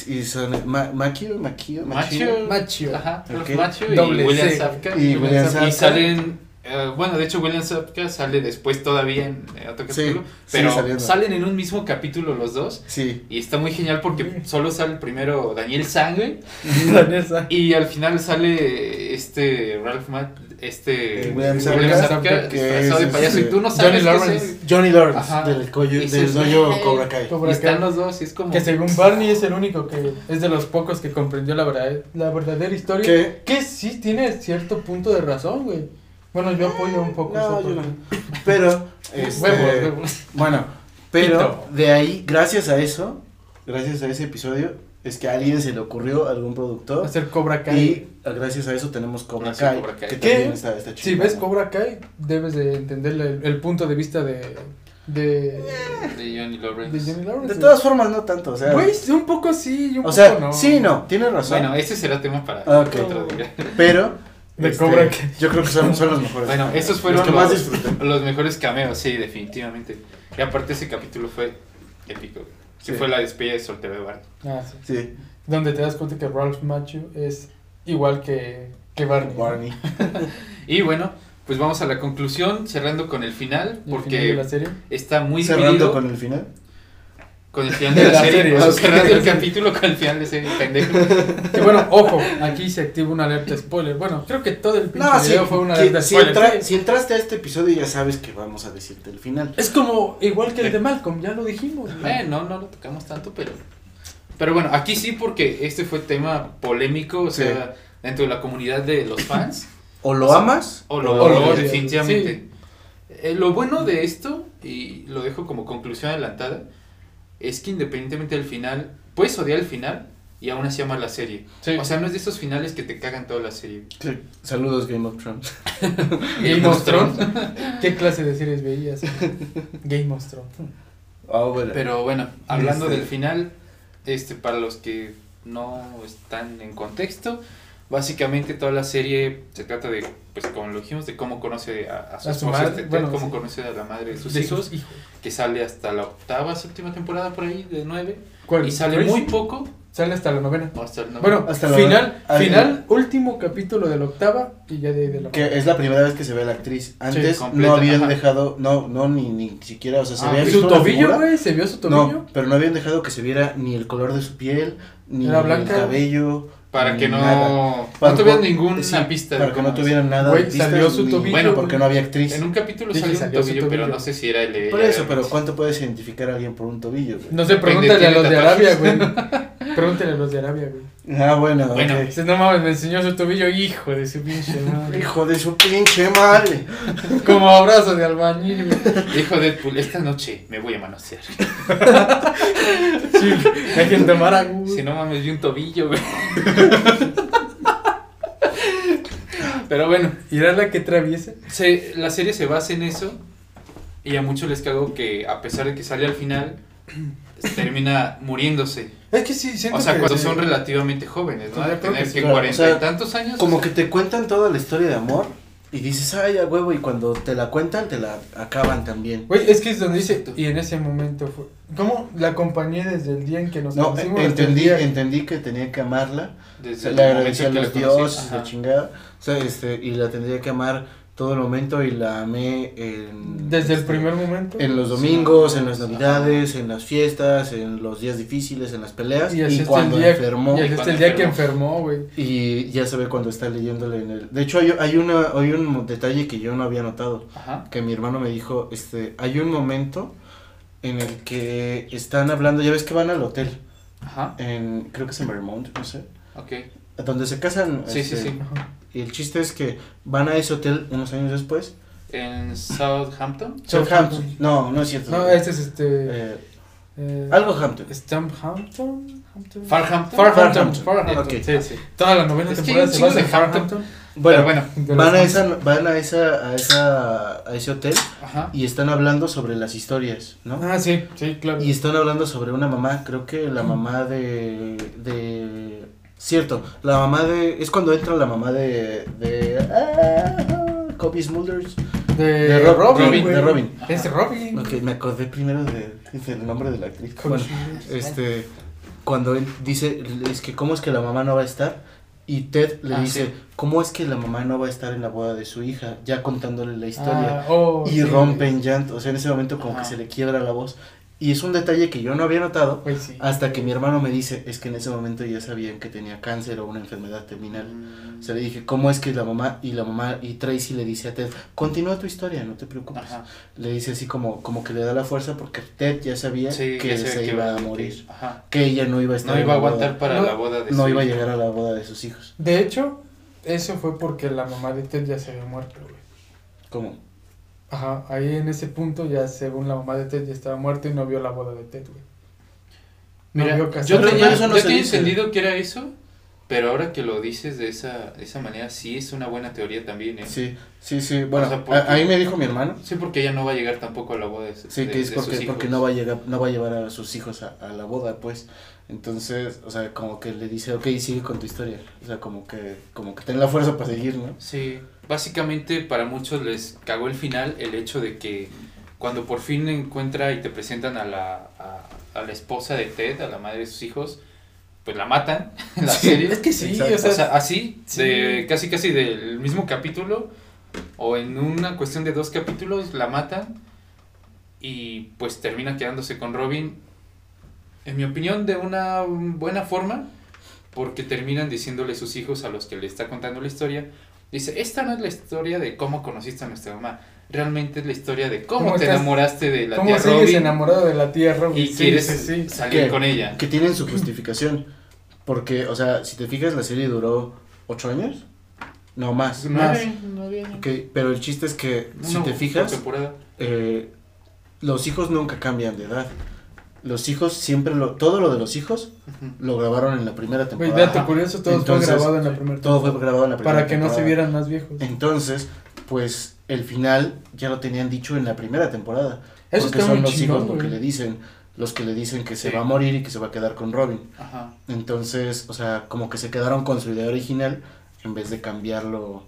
y son Ma- Macchio, Macchio,
Macho.
Macchio,
Macho. *laughs*
Ajá. Ralph
Ok.
Macchio y
Doble
William
C.
Zabka.
y William Zabka,
Y salen. eh, bueno, de hecho, William Zabka sale después todavía en eh, otro
Sí,
capítulo.
sí,
pero
saliendo.
salen en un mismo capítulo los dos.
sí,
Y está muy genial porque solo sale primero Daniel Sangre
Daniel San-
y al final sale este Ralph Matt, este
Eh, William Zabka,
Zabka
que
disfrazado
es,
de payaso
este,
y tú no
Johnny
sabes qué
Lawrence.
es.
Johnny Lawrence,
Ajá.
del, coyo,
Y
del
se-
dojo Cobra Kai,
Cobra
Y están
Kai.
los dos y es como
Que según Barney es el único que es de los pocos que comprendió la, verdad- la verdadera historia.
que,
Que sí tiene cierto punto de razón, güey. Bueno, yo apoyo un poco
no,
esa
yo no,
parte.
pero, este,
*laughs* Huevos, huevos.
bueno, pero
Pito.
de ahí, gracias a eso, gracias a ese episodio, es que a alguien se le ocurrió, a algún productor,
Hacer Cobra Kai.
Y gracias a eso tenemos Cobra
Gracias a
Kai,
Cobra Kai.
que
¿Qué?
también está, está
si
chido.
ves Cobra Kai, debes de entender el, el punto de vista de, de,
de Johnny
de
Lawrence.
Johnny Lawrence.
De todas formas, no tanto, o sea,
Güey, sí, un poco sí y un
o
poco
sea,
no.
sí, no, tienes razón,
Bueno, ese será tema para
Ah, ok.
otro día.
*laughs*
pero este,
De Cobra Kai.
yo creo que son, son los mejores.
Bueno, esos fueron
los que
los-
más disfruté.
Los mejores cameos, sí, definitivamente. Y aparte ese capítulo fue épico.
Sí.
Que fue la despedida de soltero de Barney.
Ah, sí.
Sí,
Donde te das cuenta que Ralph Macchio es igual que, que Barney.
Barney.
Y bueno, pues vamos a la conclusión, cerrando con el final,
Y al
porque
final de la serie.
está muy
Cerrando
dividido.
con el final.
Con el
*laughs*
final de, la, serie. o sea,
ok.
cerrando el capítulo con el final de serie, pendejo.
Que bueno, ojo, aquí se activa una alerta spoiler. Bueno, creo que todo el pinche
No, sí,
video fue una
que-
alerta
si,
spoiler.
entra-
sí.
si entraste a este episodio ya sabes que vamos a decirte el final.
Es como igual que el de Malcolm, ya lo dijimos. güey.
Eh, no, no lo tocamos tanto, pero. Pero bueno, aquí sí, porque este fue tema polémico, o
Sí.
sea, dentro de la comunidad de los fans,
O lo amas,
o lo,
O lo
o lo-
odias,
definitivamente. Eh, lo bueno de esto, y lo dejo como conclusión adelantada, es que independientemente del final, puedes odiar el final y aún así amas la serie.
Sí.
O sea, no es de esos finales que te cagan toda la serie.
Sí. Saludos, Game of Thrones.
Game of Thrones. ¿Qué clase de series veías? Game of Thrones.
Ah, bueno.
Pero bueno, hablando
Este-
del final, este para los que no están en contexto, básicamente toda la serie se trata de, pues como lo dijimos, de cómo conoce a, a su,
A su
esposa,
madre,
este,
bueno,
cómo
sí.
conoce a la madre de sus
De
hijos,
sus hijos.
que sale hasta la octava, séptima temporada por ahí, de nueve,
¿Cuál?
y sale
Crazy?
muy poco,
Sale hasta la novena.
O hasta el noveno.
Bueno,
Hasta la
final,
novena.
final, último capítulo de la octava y ya de, ahí de la
Que es la primera vez que se ve a la actriz. Antes
completa,
no habían
ajá.
dejado, no, no, ni, ni siquiera, o sea, se
Ah,
veía
¿y
que
¿Su
solo la
tobillo,
figura.
güey? ¿Se vio su tobillo?
No, pero no habían dejado que se viera ni el color de su piel, ni
Era
el
blanca.
cabello.
para
ni
que
nada.
no,
Para-
no tuvieran ninguna
sí,
pista. de
Para que no
cómo-
tuvieran nada
Güey,
de pistas.
salió su tobillo,
Bueno, porque
güey.
no había actriz.
En un capítulo
Sí, sí,
salió un
salió su
tobillo, pero
tobillo.
no sé si era el de
Por
ella,
eso, pero
realmente.
¿cuánto puedes identificar a alguien por un tobillo, güey?
No sé,
Depende,
pregúntale a
¿tiene
los de Arabia,
tatuajes?
güey. Pregúntale a los de Arabia, güey.
Ah, bueno,
Bueno.
ok.
Dices, no mames, me enseñó su tobillo, hijo de su pinche
*laughs*
madre.
Hijo de su pinche madre.
Como abrazo de albañil, güey.
*laughs* Dijo Deadpool, esta noche me voy a manosear.
Sí, hay que tomar a
Si no mames, vi un
*laughs*
tobillo, güey. Pero bueno,
¿Y era la que atraviesa?
se- la serie se basa en eso. Y a muchos les cago que, a pesar de que sale al final, *clears throat* termina muriéndose.
Es que sí, siento
O sea,
que...
cuando son relativamente jóvenes, ¿no? De
Yo creo
tener
que
sí,
que
claro. O
cuarenta
sea,
y tantos años.
Como que te cuentan toda la historia de amor y dices, ay, a huevo, y cuando te la cuentan, te la acaban también.
Güey, es que es donde dice, y en ese momento fue... ¿Cómo la acompañé desde el día en Pues, que nos
No,
conocimos? hasta el
entendí,
día-
entendí que tenía que amarla,
desde el
le
momento
agradecía a
en que
los
la conocí,
dioses,
ajá.
la chingada, o sea, este, y la tendría que amar todo el momento y la amé en...
Desde el
este,
primer momento.
En los domingos, en las navidades, en las fiestas, en los días difíciles, en las peleas,
Y
y,
así hasta
cuando
el día-
enfermó.
Y
el-
hasta
cuando
el día que
enfermó.
enfermó, güey.
Y ya se ve cuando está leyéndole en el... De hecho, hay, hay, una, hay un detalle que yo no había notado,
Ajá.
que mi hermano me dijo, este, hay un momento en el que están hablando, ya ves que van al hotel,
Ajá.
en, creo que es en Vermont, no sé,
Ok.
donde se casan.
Sí, sí,
este,
sí.
Y el chiste es que van a ese hotel unos años después.
En Southampton.
Southampton. No, no es cierto.
No, este es este...
Eh,
eh,
algo Hampton.
Stamphampton? Hampton?
Farhampton.
Farhampton.
Farhampton.
Farhampton,
Ok.
sí.
sí.
Toda la novena
Es que
temporada
hay un
se basa en
chingo de
Farhampton.
Bueno,
Pero bueno.
de
Van
los
a
Hamptons.
esa, van a esa, a esa, a ese hotel
Ajá.
y están hablando sobre las historias, ¿no?
Ah, sí, sí, claro.
Y están hablando sobre una mamá, creo que la mamá de, de, cierto, la mamá de, es cuando entra la mamá de, de, ah, Cobie Smulders, de Rob- Robin,
güey.
de Robin.
Es Robin.
ok, me acordé primero de, del nombre de la actriz,
Con-
bueno, este, cuando él dice, es que cómo es que la mamá no va a estar, y Ted le
Ah,
dice,
sí.
cómo es que la mamá no va a estar en la boda de su hija, ya contándole la
Ah,
historia,
oh,
y
sí.
rompe en llanto. O sea, en ese momento como que
Ajá.
se le quiebra la voz. Y es un detalle que yo no había notado
Güey, Pues sí.
hasta que mi hermano me dice, es que en ese momento ya sabían que tenía cáncer o una enfermedad terminal. O sea, le dije, ¿cómo es que la mamá y la mamá y Tracy le dice a Ted, continúa tu historia, no te preocupes?
Ajá.
Le dice así como, como que le da la fuerza porque Ted ya sabía
Sí,
que
ya se ve
se
que
iba
va-
a morir,
Ajá.
que ella no iba a estar
No
en
iba a
la boda,
aguantar para
No,
la boda de
no
su
iba a
hija.
llegar a la boda de sus hijos.
De hecho, eso fue porque la mamá de Ted ya se había muerto, güey.
¿Cómo?
Ajá, ahí en ese punto ya según la mamá de Ted ya estaba muerta y no vio la boda de Ted, güey. No
Mira,
vio
yo
casarse.
Pero
tenía,
eso no
yo
se
tenía
dice.
entendido que era eso, pero ahora que lo dices de esa, de esa manera, sí es una buena teoría también, ¿eh? Sí.
Sí, sí, sí. Bueno,
O sea, porque-
a- ahí me dijo mi hermano
porque ella no va a llegar tampoco a la boda de su-
Sí,
de-
que es
de
porque,
sus hijos.
porque no, va a llegar, no va a llevar a sus hijos a, a la boda, pues. Entonces, o sea, como que le dice, ok, sigue con tu historia. O sea, como que, como que ten la fuerza para seguir, ¿no?
Sí, básicamente para muchos les cagó el final el hecho de que cuando por fin encuentra y te presentan a la, a, a la esposa de Ted, a la madre de sus hijos, pues la matan *laughs* en
*laughs*
la
Sí,
serie.
Es que sí,
Exacto.
o
O
sea,
sea, así,
sí.
de casi casi del mismo capítulo, o en una cuestión de dos capítulos, la matan y pues termina quedándose con Robin, en mi opinión, de una buena forma, porque terminan diciéndole sus hijos a los que le está contando la historia, dice, esta no es la historia de cómo conociste a nuestra mamá, realmente es la historia de cómo,
¿Cómo
te
estás-
enamoraste de la
¿cómo
tía
sigues
Robin
enamorado de la tía Robin?
y
Sí,
quieres
sí, sí.
salir
Que-
con ella.
Que tienen su justificación. Porque, o sea, si te fijas, la serie duró ocho años. No más.
más.
Nueve, nueve años.
Ok, pero el chiste es que, si
Una
te fijas,
temporada.
eh, los hijos nunca cambian de edad. Los hijos siempre, lo, todo lo de los hijos
Ujú.
lo grabaron en la primera
Güey,
temporada.
dato curioso, todo
Entonces,
fue grabado en la primera
Todo fue grabado en la primera
Para que no se
temporada.
vieran más viejos.
Entonces, pues el final ya lo tenían dicho en la primera temporada.
Eso
porque
está
son
muy
los
chingón,
hijos los que le
güey.
dicen, los que le dicen que se
Sí.
va a morir y que se va a quedar con Robin.
Ajá.
Entonces, o sea, como que se quedaron con su idea original en vez de cambiarlo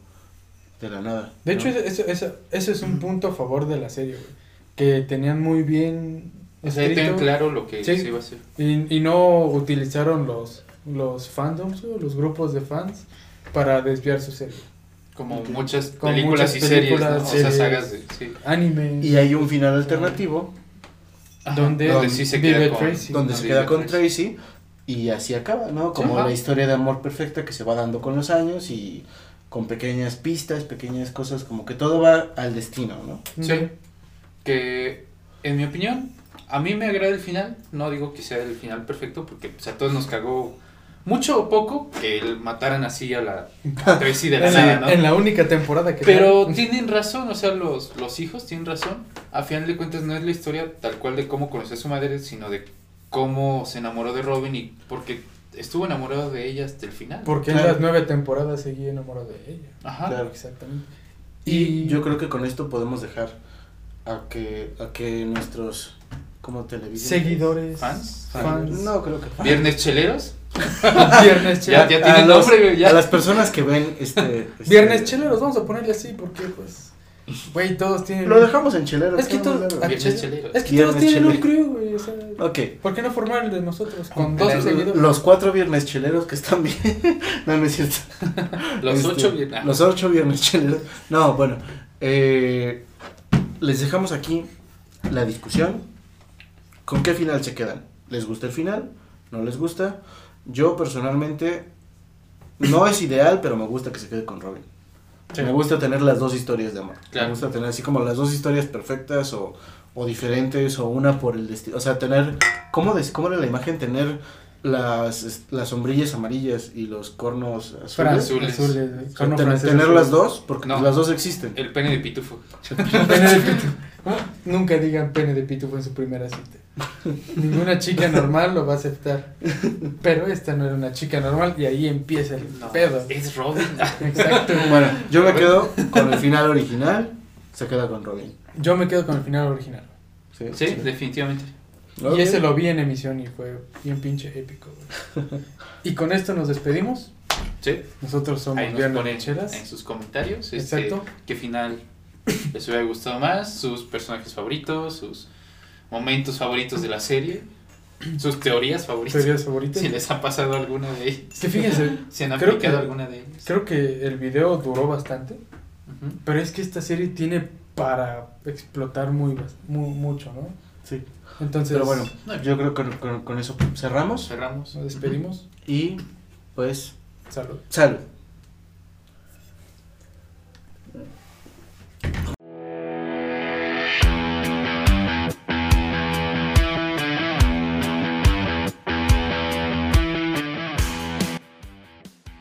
de la nada.
De
¿no?
hecho, eso, eso, eso es un punto a favor de la serie, güey. Que tenían muy bien
O sea, que tengan
escrito.
claro lo que
Sí.
se iba a hacer.
Y, y no utilizaron los, los fandoms, o los grupos de fans, para desviar su serie.
Como
Ok.
muchas
Como
películas
muchas
y series, ¿no?
películas, eh,
O sea,
series.
sagas de... Sí.
Anime.
Y hay un final alternativo
Ajá,
Donde
donde sí se
vive
queda con...
Tracy. Sí,
donde
no,
se
sí,
queda
me
con
parece.
Tracy y así acaba, ¿no? Como
Ajá.
la historia de amor perfecta que se va dando con los años y con pequeñas pistas, pequeñas cosas, como que todo va al destino, ¿no?
Sí. Que, en mi opinión, a mí me agrada el final. No digo que sea el final perfecto, porque pues, a todos nos cagó mucho o poco que el mataran así a
*laughs*
la a Tracy de la
En,
nada,
la,
¿no?
en la única temporada que
Pero
sale.
tienen razón, o sea, los, los hijos tienen razón. A final de cuentas no es la historia tal cual de cómo conoció a su madre, sino de cómo se enamoró de Robin y porque estuvo enamorado de ella hasta el final.
Porque en
Claro.
las nueve temporadas seguí enamorado de ella.
Ajá.
Claro.
Exactamente.
Y yo creo que con esto podemos dejar a que, a que nuestros como televidentes
Seguidores.
¿Fans?
Fans.
Ah, No, creo que fans.
Viernes cheleros.
*laughs* Viernes
Ya,
Cheleros.
ya
A
tienen
los-
nombre, güey, ya.
A las personas que ven este,
*laughs*
este-
Viernes Cheleros, vamos a ponerle así porque pues... Güey, todos tienen...
Lo dejamos en chelero.
Es que,
todo
todos ah,
Viernes
che-
Cheleros.
es que
Viernes
todos tienen un
Cheleros.
crew, güey. O sea,
Ok.
¿Por qué no formar el de nosotros? Con dos
Los-
seguidores.
Los cuatro viernes cheleros que están bien. *laughs* no, no es cierto.
Los
Este,
ocho bien. ah,
Los ocho viernes cheleros. No, bueno. eh, les dejamos aquí la discusión. ¿Con qué final se quedan? ¿Les gusta el final? ¿No les gusta? Yo personalmente no es ideal, pero me gusta que se quede con Robin.
Sí.
Me gusta tener las dos historias de amor.
Claro.
Me gusta tener así como las dos historias perfectas o, o diferentes o una por el destino. O sea, tener... ¿Cómo, des- cómo era la imagen? Tener las, es- las sombrillas amarillas y los cornos azules.
Fran-
O
azules.
Azules.
güey.
sea,
Cono
ten-
francés
tener
azul.
las
*laughs*
dos, porque
No.
las dos existen.
El pene de
*laughs*
pitufo.
Pene de pitufo. Nunca digan pene de pitufo en su primera cita. Ninguna chica normal lo va a aceptar. Pero esta no era una chica normal y ahí empieza el
No,
pedo.
Es
*laughs*
Robin.
Exacto.
Bueno, yo
*laughs*
me quedo con el final original, se queda con Robin.
Yo me quedo con el final original.
Sí,
Sí, definitivamente.
Ok.
Y ese lo vi en emisión y fue bien pinche épico. güey. Y con esto nos despedimos.
Sí.
Nosotros somos
Ahí nos
Viernes
ponen
Chelas.
en sus comentarios. este,
Exacto.
qué final les hubiera gustado más, sus personajes favoritos, sus momentos favoritos de la serie, sus teorías favoritas,
Teorías favoritas.
*laughs* si les ha pasado alguna de ellas,
Es que fíjense,
si han
Creo
aplicado
que-
alguna de ellas.
creo que el video duró bastante.
Ujú.
Pero es que esta serie tiene para explotar muy, bas- mu- mucho, ¿no?
Sí.
Entonces,
Pero bueno,
No,
yo creo que con, con- con eso cerramos
cerramos.
nos despedimos.
y pues
Salud.
salud.